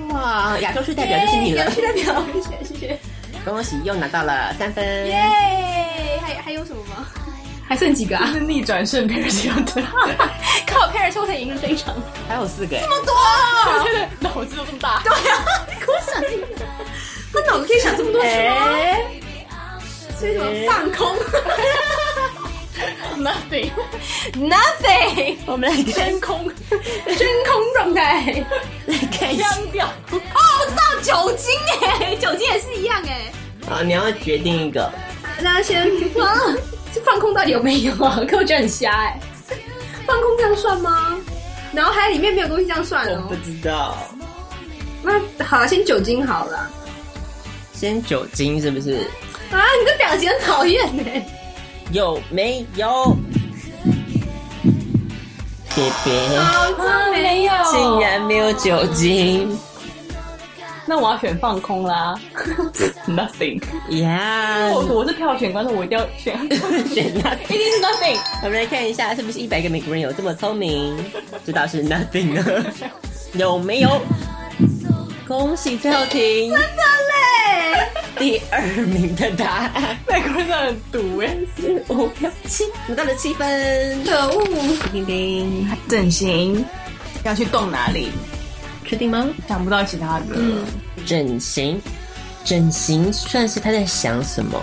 [SPEAKER 1] BFF，
[SPEAKER 4] 哇，
[SPEAKER 1] 亚洲区代表就是你了。
[SPEAKER 3] 代表，谢谢。
[SPEAKER 1] 恭喜，又拿到了三分。
[SPEAKER 3] 耶，还还有什么吗？
[SPEAKER 2] 还剩几个啊？
[SPEAKER 5] 是逆转胜 Perry Hill 的，
[SPEAKER 3] 靠佩尔丘才赢了这一场，
[SPEAKER 1] 还有四个耶，
[SPEAKER 3] 啊
[SPEAKER 5] 脑子都这么大。
[SPEAKER 2] 他脑子可以想这么多哎事吗？
[SPEAKER 3] 所以什么放 空
[SPEAKER 5] Nothing，
[SPEAKER 3] ，nothing，
[SPEAKER 1] 我们来看
[SPEAKER 5] 天空
[SPEAKER 3] 真空状态。
[SPEAKER 1] 来 看一下
[SPEAKER 5] 僵掉。
[SPEAKER 3] 哦，我知道酒精哎， 酒精也是一样哎。
[SPEAKER 1] 啊！你要决定一个，
[SPEAKER 2] 大家先 啊，这放空到底有没有 啊？可我觉得很瞎哎、放空这样算吗？
[SPEAKER 3] 然后还里面没有东西这样算
[SPEAKER 1] 我
[SPEAKER 3] 哦
[SPEAKER 1] 不。知道，
[SPEAKER 2] 那好了，先酒精好了。
[SPEAKER 1] 先酒精是不是？
[SPEAKER 2] 啊，你这表情很讨厌呢。
[SPEAKER 1] 有没有？别别，
[SPEAKER 5] 啊，没有，
[SPEAKER 1] 竟然没有酒精
[SPEAKER 5] 那我要选放空 啦，nothing。
[SPEAKER 1] 呀！
[SPEAKER 5] 我我是票选观众，我一定要选，一定
[SPEAKER 1] 选 nothing。
[SPEAKER 5] 是 nothing。
[SPEAKER 1] 我们来看一下，是不是一百个美国人有这么聪明？知道是 nothing 呢？有没有？恭喜最后停，真的嘞！第二名的答案
[SPEAKER 5] 美国人真的很毒哎，
[SPEAKER 1] 是五六七，拿到了七分。
[SPEAKER 2] 可恶！
[SPEAKER 1] 叮叮叮，
[SPEAKER 5] 整形要去动哪里？嗯
[SPEAKER 1] 确定吗？
[SPEAKER 5] 想不到其他的，
[SPEAKER 1] 整形，整形算是他在想什么？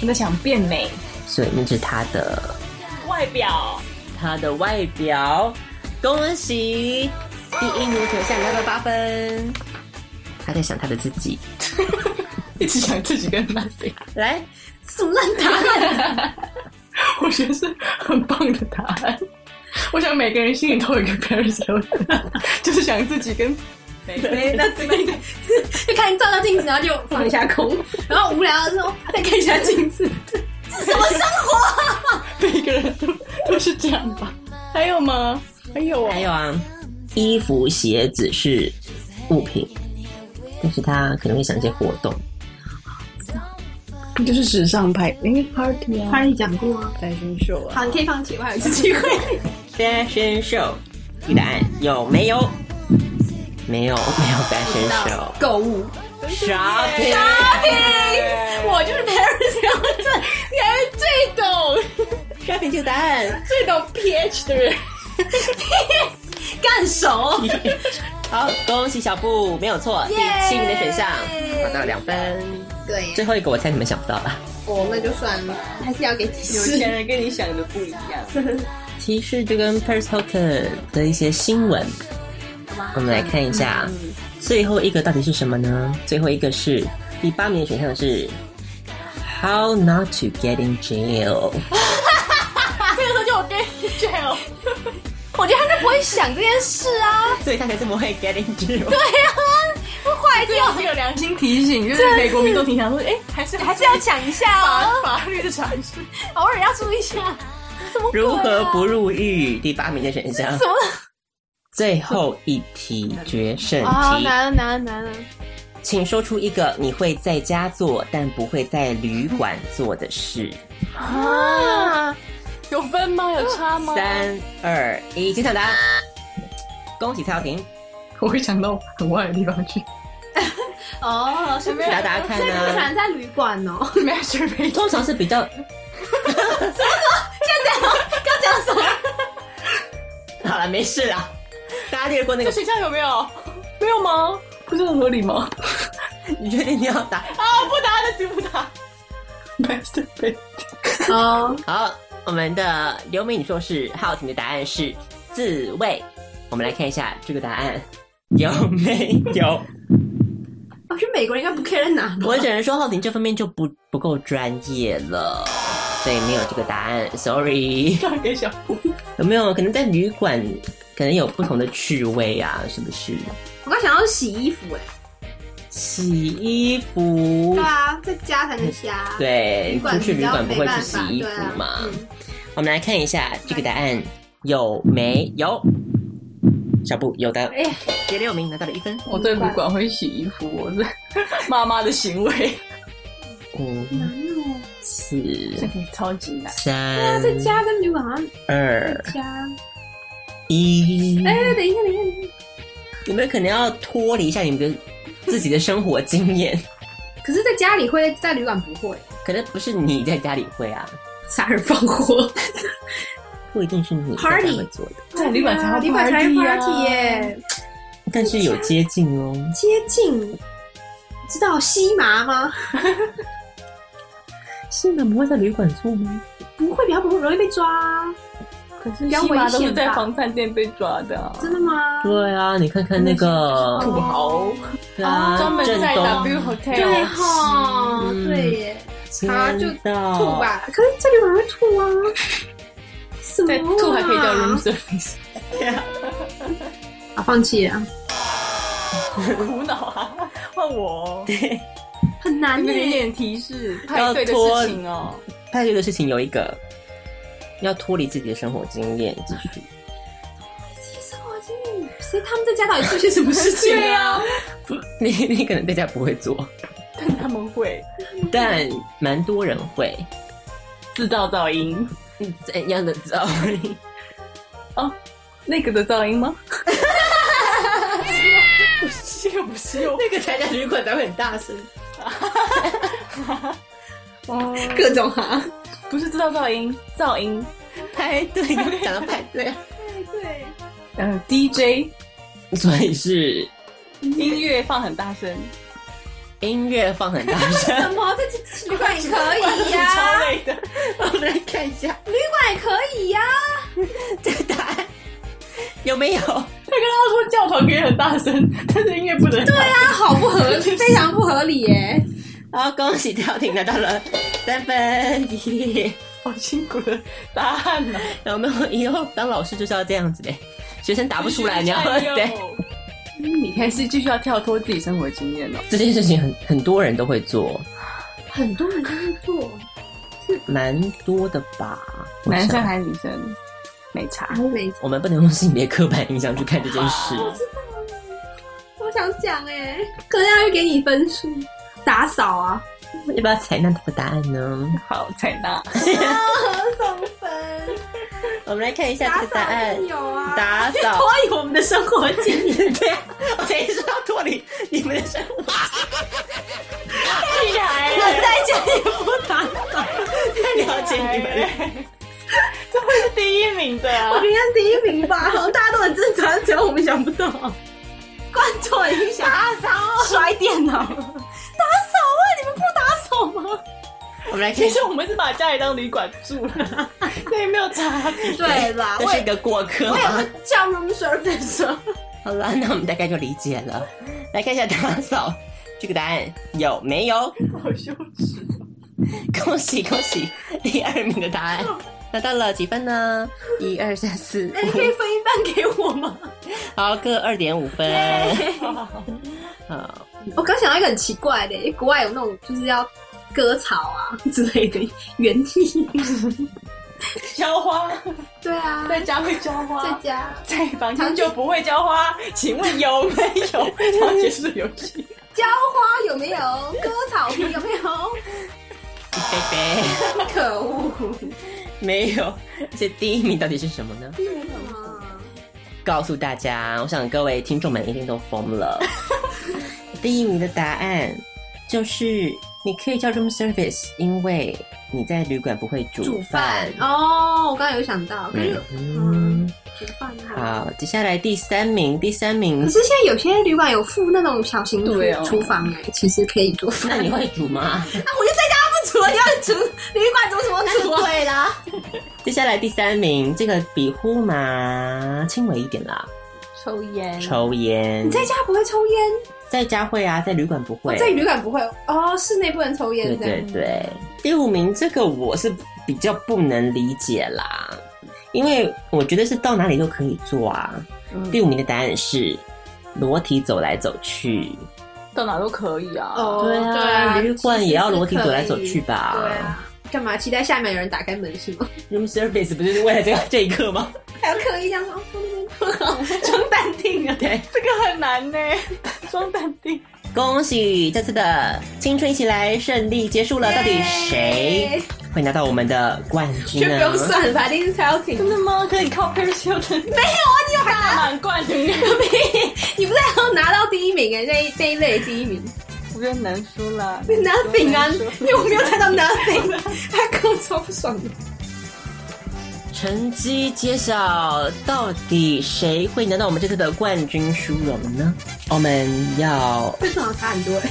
[SPEAKER 5] 我在想变美，
[SPEAKER 1] 所以那是他的
[SPEAKER 5] 外表
[SPEAKER 1] 他的外表。恭喜第一名球下拿到八分。他在想他的自己。
[SPEAKER 5] 一直想自己跟 nothing，
[SPEAKER 1] 来，
[SPEAKER 2] 什么烂答案？
[SPEAKER 5] 我觉得是很棒的答案。我想每个人心里都有一个 Paris Hilton，就是想自己跟美
[SPEAKER 2] 没那怎么？就看照照镜子，然后就放一下空，然后无聊的时候再看一下镜子。
[SPEAKER 3] 什么生活？
[SPEAKER 5] 每个人都都是这样吧？还有吗？还有啊
[SPEAKER 1] 还，有啊，衣服、鞋子是物品，但是他可能会想一些活动。
[SPEAKER 5] 就是时尚派，因为 party 啊，
[SPEAKER 2] 你讲过啊，
[SPEAKER 5] fashion show 啊，
[SPEAKER 2] 好，你可以放弃，我还有一次机会。
[SPEAKER 1] Fashion show，这个答案有没有？没有，没有 fashion show。
[SPEAKER 2] 购物，
[SPEAKER 1] Shopping，shopping
[SPEAKER 3] 我就是 Paris Hilton，你还是最懂
[SPEAKER 1] 这个答案。
[SPEAKER 3] 最懂 PH 的人， 干手。
[SPEAKER 1] 好，恭喜小布，没有错，第七名的选项拿到了两分。
[SPEAKER 2] 对，
[SPEAKER 1] 最后一个我猜你们想不到吧？
[SPEAKER 2] 我哦那就算了，还是要给提
[SPEAKER 3] 啊
[SPEAKER 5] 有
[SPEAKER 2] 示。
[SPEAKER 5] 钱人跟你想的不一样。
[SPEAKER 1] 提示就跟 Paris Hilton 的一些新闻，我们来看一下，最后一个到底是什么呢？最后一个是第八名的选项是 How not to get in jail。
[SPEAKER 3] 这个时候就我跟 Jail，我觉得他就不会想这件事啊。
[SPEAKER 1] 所以他才这么会 get in jail。
[SPEAKER 3] 对啊，会坏掉，
[SPEAKER 5] 是有良心提醒，就是美国民众挺想说，哎，还是
[SPEAKER 3] 还是要讲一下
[SPEAKER 5] 法
[SPEAKER 3] 哦，
[SPEAKER 5] 法律的常识。
[SPEAKER 3] 偶尔要注意一下。什么鬼啊
[SPEAKER 1] 如何不入狱？第八名的选项。
[SPEAKER 3] 什么？
[SPEAKER 1] 最后一题决胜
[SPEAKER 3] 啊，
[SPEAKER 1] 题，
[SPEAKER 3] 难了难了难了！
[SPEAKER 1] 请说出一个你会在家做但不会在旅馆做的事。
[SPEAKER 3] 啊，
[SPEAKER 5] 有分吗？有差吗？
[SPEAKER 1] 三二一，请抢答！恭喜蔡耀婷，
[SPEAKER 5] 我会想到很外的地方去。
[SPEAKER 2] 哦，是不
[SPEAKER 1] 给
[SPEAKER 2] 是？
[SPEAKER 1] 大家看啊
[SPEAKER 2] 所以你不喜
[SPEAKER 1] 呢、
[SPEAKER 2] 欢在旅馆哦？
[SPEAKER 5] masturbate
[SPEAKER 1] 通常是比较
[SPEAKER 3] 刚讲什么？
[SPEAKER 1] 好了，没事啦。大家略过那
[SPEAKER 5] 这
[SPEAKER 1] 个，
[SPEAKER 5] 选项有没有？ 没有吗？不是很合理吗
[SPEAKER 1] 你确定你要答？
[SPEAKER 5] 啊 ？masturbate
[SPEAKER 2] 哦，
[SPEAKER 1] 好，我们的刘美女硕士浩婷的答案是自慰。我们来看一下这个答案有没有？
[SPEAKER 2] 我去美国人应该不 care 在哪吧？
[SPEAKER 1] 我只能说浩婷这方面就不不够专业了，所以没有这个答案，sorry。
[SPEAKER 5] 让给小布，
[SPEAKER 1] 有没有可能在旅馆，可能有不同的趣味啊？是不是？
[SPEAKER 2] 我刚想要洗衣服哎、
[SPEAKER 1] 洗衣服
[SPEAKER 2] 对，啊，在家才能洗啊。，
[SPEAKER 1] 对
[SPEAKER 2] 旅，
[SPEAKER 1] 出
[SPEAKER 2] 馆
[SPEAKER 1] 去
[SPEAKER 2] 比
[SPEAKER 1] 旅
[SPEAKER 2] 较
[SPEAKER 1] 馆不
[SPEAKER 2] 没
[SPEAKER 1] 会
[SPEAKER 2] 办
[SPEAKER 1] 去
[SPEAKER 2] 法，
[SPEAKER 1] 洗衣服嘛？
[SPEAKER 2] 对啊嗯
[SPEAKER 1] 我们来看一下这个答案有没有？小布有的，
[SPEAKER 2] 哎呀
[SPEAKER 1] 第六名拿到了一分。
[SPEAKER 5] 我在旅馆会洗衣服，我是 妈妈的行为，
[SPEAKER 1] 五、
[SPEAKER 2] 嗯
[SPEAKER 1] 四、
[SPEAKER 5] 这个超级难。
[SPEAKER 1] 三、
[SPEAKER 2] 啊在家跟旅馆好像啊
[SPEAKER 1] 二、
[SPEAKER 2] 在家。
[SPEAKER 1] 一。
[SPEAKER 2] 哎、等一下，等一下，等一下。
[SPEAKER 1] 有没有可能要脱离一下你们的自己的生活经验？
[SPEAKER 2] 可是在家里会，在旅馆不会。
[SPEAKER 1] 可能不是你在家里会啊，
[SPEAKER 2] 杀人放火，
[SPEAKER 1] 不一定是你在家
[SPEAKER 2] Party
[SPEAKER 1] 会做的，
[SPEAKER 5] 在旅馆才会
[SPEAKER 2] 旅馆才
[SPEAKER 5] party 啊
[SPEAKER 2] party 耶，
[SPEAKER 1] 但是有接近哦。
[SPEAKER 2] 接近。知道吸麻吗？
[SPEAKER 1] 新人不会在旅馆做吗？
[SPEAKER 2] 不会，比较不会容易被抓啊。
[SPEAKER 5] 可是
[SPEAKER 2] 比较
[SPEAKER 5] 西马
[SPEAKER 2] 危
[SPEAKER 5] 都是
[SPEAKER 2] 险
[SPEAKER 5] 在
[SPEAKER 2] 吧
[SPEAKER 5] 房饭店被抓的、啊，
[SPEAKER 2] 真的吗？
[SPEAKER 1] 对啊，你看看那个
[SPEAKER 5] 土豪
[SPEAKER 1] 对啊，
[SPEAKER 5] 专门在
[SPEAKER 1] 正东
[SPEAKER 5] W Hotel
[SPEAKER 2] 对哈，
[SPEAKER 1] 嗯哦
[SPEAKER 2] 对耶。啊就
[SPEAKER 1] 签到
[SPEAKER 2] 吐 吧，可是这里很会吐啊。什么、
[SPEAKER 5] 在
[SPEAKER 2] 啊？
[SPEAKER 5] 吐还可以叫 room service，
[SPEAKER 2] 啊，放弃啊，
[SPEAKER 5] 苦恼啊！换我 哦，
[SPEAKER 2] 很难
[SPEAKER 5] 你
[SPEAKER 2] 的
[SPEAKER 5] 们。给点提示，
[SPEAKER 1] 要
[SPEAKER 5] 派对的
[SPEAKER 1] 脱
[SPEAKER 5] 事情哦，
[SPEAKER 1] 派对的事情有一个要脱离自己的生活经验，继续
[SPEAKER 2] 谁他们在家到底做些什么事情
[SPEAKER 5] 对
[SPEAKER 2] 啊？
[SPEAKER 1] 你你可能在家不会做，
[SPEAKER 5] 但他们会
[SPEAKER 1] 但蛮多人会。
[SPEAKER 5] 制造噪音，
[SPEAKER 1] 嗯怎样的噪音？
[SPEAKER 5] 那个的噪音吗？不是又不是又
[SPEAKER 1] 那个才叫旅馆才会很大声。
[SPEAKER 5] 哦，
[SPEAKER 2] 各种哈，
[SPEAKER 5] 不是制造噪音，噪音，
[SPEAKER 1] 派 对，讲到啊派对，
[SPEAKER 2] 对，
[SPEAKER 5] 呃，DJ
[SPEAKER 1] 所以是
[SPEAKER 5] 音乐放很大声，
[SPEAKER 1] 音乐放很大
[SPEAKER 2] 什
[SPEAKER 1] 声。
[SPEAKER 2] 么在旅馆也可以呀、
[SPEAKER 5] 超累的，
[SPEAKER 1] 我们来看一下
[SPEAKER 2] 旅馆也可以呀、
[SPEAKER 1] 这个答案有没有？
[SPEAKER 5] 他跟他说教堂可以很大声，但是音乐不能。对啊，
[SPEAKER 2] 那好不合理，非常不合理耶！
[SPEAKER 1] 好，恭喜跳婷拿到了三分，耶、
[SPEAKER 5] 好辛苦的答案呢、
[SPEAKER 1] 有没有以后当老师就是要这样子的，学生答不出来，你要 对
[SPEAKER 5] 嗯，你还是继续要跳脱自己生活经验哦。
[SPEAKER 1] 这件事情很很多人都会做，
[SPEAKER 2] 很多人都会做，
[SPEAKER 1] 蛮多的吧？我
[SPEAKER 5] 男
[SPEAKER 1] 想
[SPEAKER 5] 生还是女生？没差。
[SPEAKER 2] 没，
[SPEAKER 1] 我们不能用性别刻板印象去看这件事。
[SPEAKER 2] 我想讲哎，可能要给你分数，打扫啊，
[SPEAKER 1] 要不要采纳他的答案呢？
[SPEAKER 5] 好，采纳。
[SPEAKER 2] 送分，
[SPEAKER 1] 我们来看一下
[SPEAKER 2] 打
[SPEAKER 1] 这个
[SPEAKER 2] 扫
[SPEAKER 1] 答案
[SPEAKER 2] 也。有啊，
[SPEAKER 1] 打扫
[SPEAKER 2] 脱离我们的生活经验，
[SPEAKER 1] 对啊，我等于是要脱离你们的生活。
[SPEAKER 5] 厉害
[SPEAKER 2] 我
[SPEAKER 1] 哎
[SPEAKER 2] 在家也不打扫，
[SPEAKER 1] 太了解你们了。
[SPEAKER 5] 这会是第一名的、
[SPEAKER 2] 我
[SPEAKER 5] 啊。
[SPEAKER 2] 评论第一名吧，好像大家都很正常，只有我们想不到。观众影响，打扫，摔电脑，打扫啊！你们不打扫吗？
[SPEAKER 1] 我们来看
[SPEAKER 5] 其
[SPEAKER 1] 一下
[SPEAKER 5] 实，我们是把家里当旅馆住 了，那也没有差别。
[SPEAKER 2] 对啦，
[SPEAKER 1] 这
[SPEAKER 2] 我
[SPEAKER 1] 是一
[SPEAKER 2] 也
[SPEAKER 1] 个过客
[SPEAKER 2] 我也
[SPEAKER 1] 吗
[SPEAKER 2] 是？叫 room service 啊。
[SPEAKER 1] 好了，那我们大概就理解了。来看一下打扫这个答案有没有？
[SPEAKER 5] 好羞耻。
[SPEAKER 1] 恭喜恭喜，第二名的答 案拿到了几分呢？一二三四
[SPEAKER 2] 哎，你可以
[SPEAKER 1] 五，
[SPEAKER 2] 分一半给我吗？
[SPEAKER 1] 好，各二点五分。
[SPEAKER 5] 哎
[SPEAKER 1] 好，
[SPEAKER 2] 我刚想到一个很奇怪的，因为国外有那种就是要割草 啊之类的园艺。
[SPEAKER 5] 浇花，
[SPEAKER 2] 对啊，
[SPEAKER 5] 在家会浇花，
[SPEAKER 2] 在家
[SPEAKER 5] 在房间就不会浇花，请问有没有？ 然后结束 游戏。
[SPEAKER 2] 浇花有没有？ 割草皮有没有？
[SPEAKER 1] 贝贝，
[SPEAKER 2] 可恶！
[SPEAKER 1] 没有。而且第一名到底是什么呢？
[SPEAKER 3] 嗯
[SPEAKER 1] 告诉大家，我想各位听众们一定都疯 了。第一名的答案就是你可以叫 room service，因为你在旅馆不会煮饭。
[SPEAKER 3] 哦，我刚才有想到，可是
[SPEAKER 1] 嗯，
[SPEAKER 3] 煮饭啊。
[SPEAKER 1] 好，接下来第三名，第三名
[SPEAKER 3] 可，是现在有些旅馆有附那种小型厨
[SPEAKER 5] 对哦
[SPEAKER 3] 厨房哎，其实可以做 饭。
[SPEAKER 1] 那你会煮 吗？
[SPEAKER 2] 我就在家不煮了，你要煮旅馆煮什么
[SPEAKER 3] 那就
[SPEAKER 2] 煮啊？
[SPEAKER 3] 对啦，
[SPEAKER 1] 接下来第三名，这个比呼麻轻微一点啦，
[SPEAKER 5] 抽烟
[SPEAKER 1] 抽烟。
[SPEAKER 3] 你在家不会抽烟，
[SPEAKER 1] 在家会啊，在旅馆不会。
[SPEAKER 3] 在旅馆不会哦，室内不能抽烟
[SPEAKER 1] 对
[SPEAKER 3] 这
[SPEAKER 1] 对
[SPEAKER 3] 样。
[SPEAKER 1] 对，第五名这个我是比较不能理解啦，因为我觉得是到哪里都可以做啊。第五名的答案是裸体走来走去，
[SPEAKER 5] 到哪都可以啊。
[SPEAKER 3] 哦，对
[SPEAKER 1] 啊，旅馆也要裸体走来走去
[SPEAKER 3] 对
[SPEAKER 1] 吧。
[SPEAKER 3] 啊，干嘛期待下面有人打开门是吗？
[SPEAKER 1] Room service 不就是为了这个这一刻吗？
[SPEAKER 3] 还要刻意这样说，哦，装淡定啊。
[SPEAKER 1] 对，
[SPEAKER 5] 这个很难 呢，装淡定。
[SPEAKER 1] 恭喜这次的青春一起来顺利结束了，到底谁会拿到我们的冠军
[SPEAKER 3] 就不
[SPEAKER 1] 呢？
[SPEAKER 3] 用算了吧，一定是 Celtic。
[SPEAKER 5] 真的吗？可以靠 Paris Hilton 没有啊，你有还满贯的，
[SPEAKER 3] 你不是还要拿到第一名哎、这一这一类第一名
[SPEAKER 5] 我觉得难说啦。
[SPEAKER 3] ，nothing 啊，因为我没有猜到 nothing，他跟我超不爽的。
[SPEAKER 1] 成绩揭晓，到底谁会拿到我们这次的冠军殊荣呢？我们要
[SPEAKER 3] 这种差很多、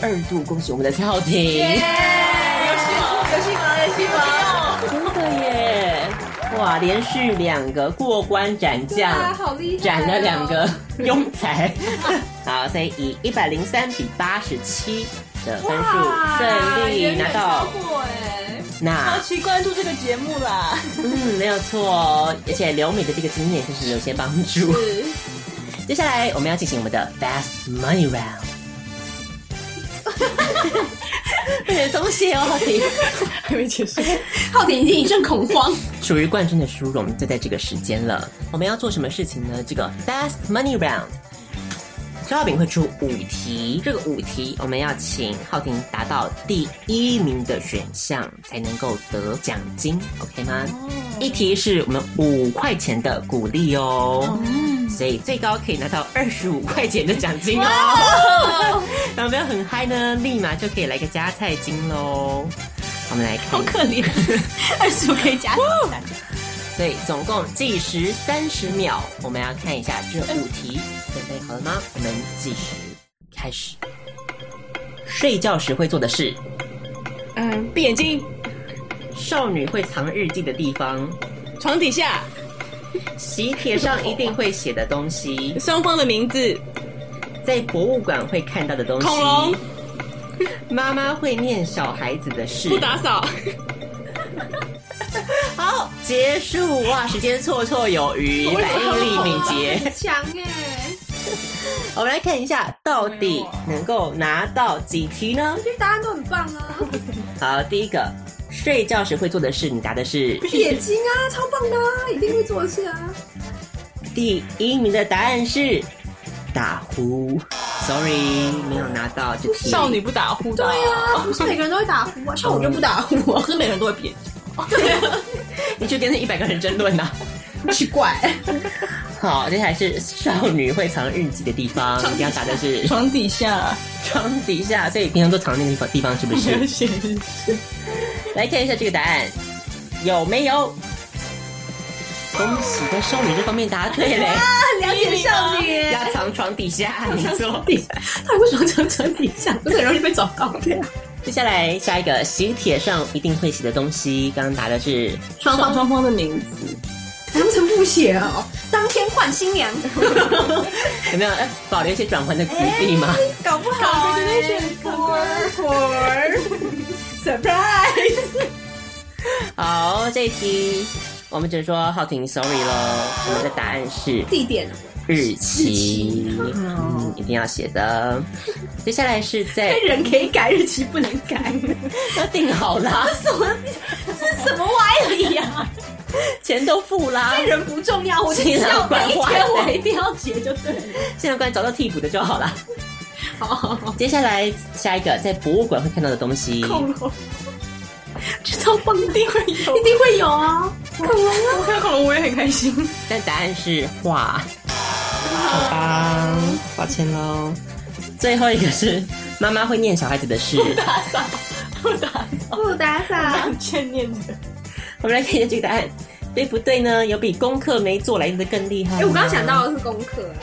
[SPEAKER 1] 二度恭喜我们的跳婷
[SPEAKER 3] 耶！有希望，有希望，有希望！
[SPEAKER 1] 真的耶！哇，连续两个过关斩将，
[SPEAKER 3] 哇，好厉害、
[SPEAKER 1] 斩了两个。庸才。 好，所以以一百零三比八十七的分数顺利拿到。
[SPEAKER 5] 过哎，
[SPEAKER 1] 那
[SPEAKER 5] 长期关注这个节目啦。
[SPEAKER 1] 嗯，没有错哦，而且留美的这个经验确实有些帮助。接下来我们要进行我们的 Fast Money Round。不能松懈哦，浩婷。
[SPEAKER 5] 还没结束，
[SPEAKER 3] 浩婷已经一阵恐慌，
[SPEAKER 1] 属于冠军的殊荣就在这个时间了。我们要做什么事情呢？这个 Fast Money Round，周耀炳会出五题，这个五题我们要请浩婷达到第一名的选项才能够得奖金，OK 吗？一题是我们五块钱的鼓励哦，
[SPEAKER 3] 嗯
[SPEAKER 1] 所以最高可以拿到二十五块钱的奖金哦。那有没有很嗨呢？立马就可以来个加菜金喽。我们来看一下。
[SPEAKER 3] 怜，二十五可以加
[SPEAKER 1] 所以总共计时三十秒，我们要看一下这五题，准备好了吗？我们计时开始。睡觉时会做的事，
[SPEAKER 5] 嗯，闭眼睛，
[SPEAKER 1] 少女会藏日记的地方，
[SPEAKER 5] 床底下，
[SPEAKER 1] 喜帖上一定会写的东西，
[SPEAKER 5] 双方的名字，
[SPEAKER 1] 在博物馆会看到的东西，
[SPEAKER 5] 恐龙，
[SPEAKER 1] 妈妈会念小孩子的事。
[SPEAKER 5] 不打扫，
[SPEAKER 1] 好，结束哇！时间绰绰有余，反应力敏捷。
[SPEAKER 3] 强哎！
[SPEAKER 1] 我们来看一下，到底能够拿到几题呢？
[SPEAKER 3] 这答案都很棒 啊，
[SPEAKER 1] 好，第一个，睡觉时会做的事，你答的 是
[SPEAKER 3] 闭眼睛啊，超棒的啊，一定会做的事啊。
[SPEAKER 1] 第一名的答案是打呼。Sorry，没有拿到这题。
[SPEAKER 5] 少女不打呼的。
[SPEAKER 3] 对啊，不是每个人都会打呼啊，像我就不打呼啊，
[SPEAKER 5] 可是每个人都会闭眼睛。
[SPEAKER 1] 你去跟那一百个人争论呐、啊
[SPEAKER 3] 奇怪。
[SPEAKER 1] 好，接下来是少女会藏日记的地方，你要答的是
[SPEAKER 5] 床底下，
[SPEAKER 1] 床底下，所以平常都藏那个地方，地方是不
[SPEAKER 5] 没有
[SPEAKER 1] 是？
[SPEAKER 5] 写日记
[SPEAKER 1] 来看一下这个答案有没有？恭喜在少女这方面答 对嘞！
[SPEAKER 3] 啊了解少 女，
[SPEAKER 1] 要藏床底下，没 错。
[SPEAKER 3] 到底为什么常常底下？不是很容易被找到？对 啊，
[SPEAKER 1] 接下来下一个喜帖上一定会写的东西，刚刚答的是
[SPEAKER 3] 双方
[SPEAKER 5] 双双方的名 字，
[SPEAKER 3] 难成不写哦。当天换新娘，
[SPEAKER 1] 有没有？哎，保留一些转换的余地吗？
[SPEAKER 3] 搞不好、欸、for for surprise。哎
[SPEAKER 1] 好，这一题我们只能说浩婷 sorry 喽。我们的答案是
[SPEAKER 3] 地点啊
[SPEAKER 1] 日期，嗯，一定要写的。接下来是在
[SPEAKER 3] 人可以改，日期不能 改，
[SPEAKER 1] 都定好啦，
[SPEAKER 3] 什么歪理呀、啊？
[SPEAKER 1] 钱都付啦，
[SPEAKER 3] 人不重要，我就是要每一天我一定要结就对了。
[SPEAKER 1] 现在关于找到替补的就好啦。接下来下一个在博物馆会看到的东西，
[SPEAKER 4] 恐龙，
[SPEAKER 3] 去到蹦迪会有，
[SPEAKER 2] 一定会有啊！
[SPEAKER 4] 我看到恐龙我也很开心。
[SPEAKER 1] 但答案是画。好吧，抱歉喽。最后一个是妈妈会念小孩子的事。
[SPEAKER 2] 不打扫，
[SPEAKER 4] 欠念的，
[SPEAKER 1] 我们来看一下这个答案对不对呢？有比功课没做来的更厉害吗。
[SPEAKER 3] 哎，我刚刚想到的是功课啊，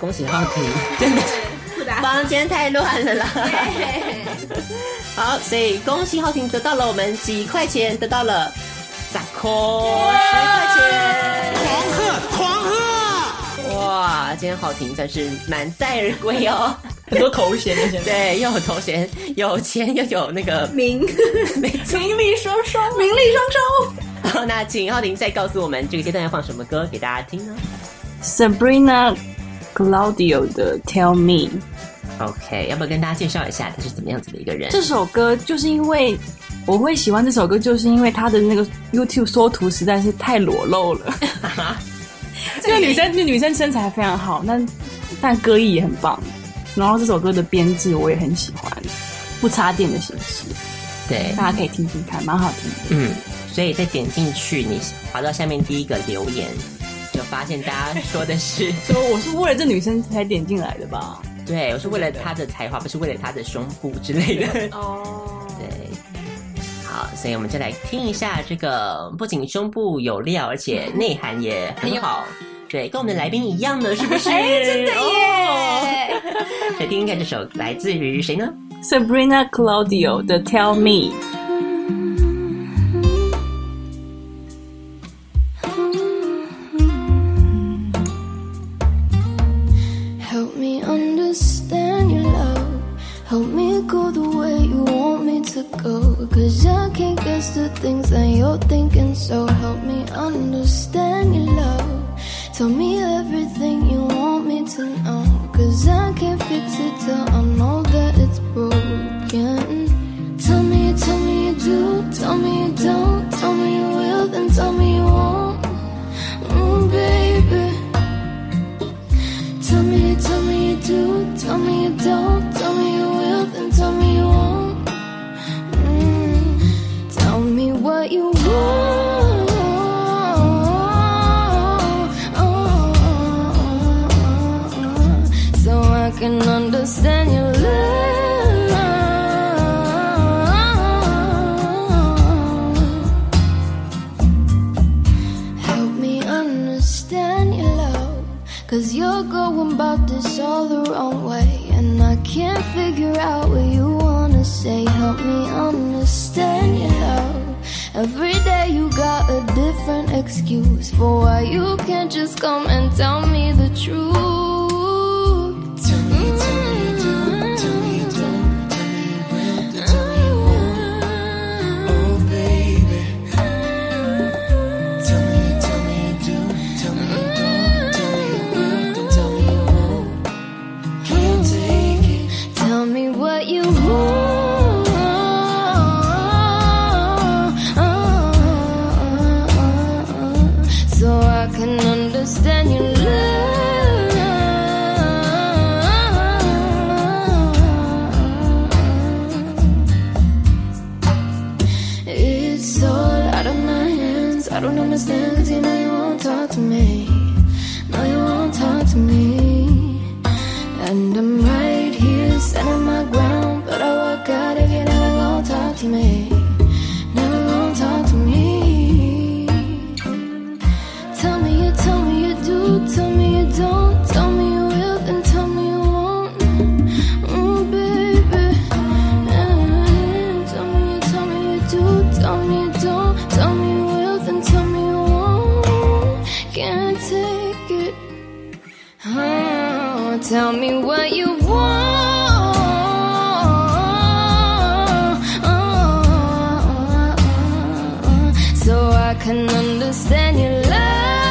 [SPEAKER 1] 恭喜浩婷，真的
[SPEAKER 3] 不打扫。
[SPEAKER 1] 房间太乱了啦。
[SPEAKER 3] 哎
[SPEAKER 1] 好，所以恭喜浩婷得到了我们几块钱，得到了咋扣十块钱，狂贺狂贺！哇，今天浩婷真是满载而归哦。
[SPEAKER 5] 很多头衔那些。
[SPEAKER 1] 对，又有头衔，有钱，又有那个
[SPEAKER 2] 名
[SPEAKER 1] 没错。
[SPEAKER 2] 名利双收，名利双收。
[SPEAKER 1] 好那请浩婷再告诉我们这个阶段要放什么歌给大家听呢
[SPEAKER 5] Sabrina Claudio 的《Tell Me》
[SPEAKER 1] ？OK，要不要跟大家介绍一下他是怎么样子的一个人？
[SPEAKER 5] 这首歌，就是因为我会喜欢这首歌，就是因为它的那个 YouTube 缩图实在是太裸露了。 这个女生，那女生身材非常好，但但歌艺也很棒。然后这首歌的编制我也很喜欢，不插电的形式，
[SPEAKER 1] 对，
[SPEAKER 5] 大家可以听听看，蛮好听的。
[SPEAKER 1] 嗯， 所以再点进去，你滑到下面第一个留言，就发现大家说的是。
[SPEAKER 5] 所以我是为了这女生才点进来的吧？
[SPEAKER 1] 对，我是为了他的才华，不是为了他的胸部之类的。
[SPEAKER 3] 哦，
[SPEAKER 1] 对，好，所以我们就来听一下这个，不仅胸部有料，而且内涵也很好。对，跟我们的来宾一样的，是不是？哦哎，真的
[SPEAKER 3] 哎
[SPEAKER 1] 耶！来听听看这首来自于谁呢？
[SPEAKER 5] Sabrina Claudio 的《Tell Me》。
[SPEAKER 6] Mm-hmm. Help me understand your love. Help me go the way you want me to go. Cause I can't guess the things that you're thinking. So help me understand your love. Tell me everything you want me to know. Cause I can't fix it till I know that it's broken. Tell me, tell me you do. Tell me you don't. Tell me you will, then tell me you won't. Mm, baby. Tell me, tell me you do, tell me you don't, tell me you will, then tell me you won't. Mm. Tell me what you want. Oh, oh. So I can understand your love. Help me understand your love. Cause you're going about this all the wrong way. And I can't figure out what you wanna say. Help me understand your love. Every day you got a different excuse for why you can't just come and tell me the truth. Tell me, tell me, do, tell me, don't, tell me, will, tell me, won't. Oh, baby. Tell me, tell me you do, tell me you don't, tell me you will, then tell me you won't. Can't take it. Tell me what you want, so I can understand your love. It's all out of my hands. I don't understand. 'cause you know you won't talk to me. No, you won't talk to me. And I'm right here, standing my ground. But I walk out if you never gonna talk to me. Never gonna talk to me. Tell me you, tell me you do, tell me you don't, tell me you will, then tell me you won't. Mm, baby. Mm, Tell me you, tell me you do, tell me you don't, tell me you will, then tell me you won't. Can't take it. Oh, tell me what you want. So I can understand your love.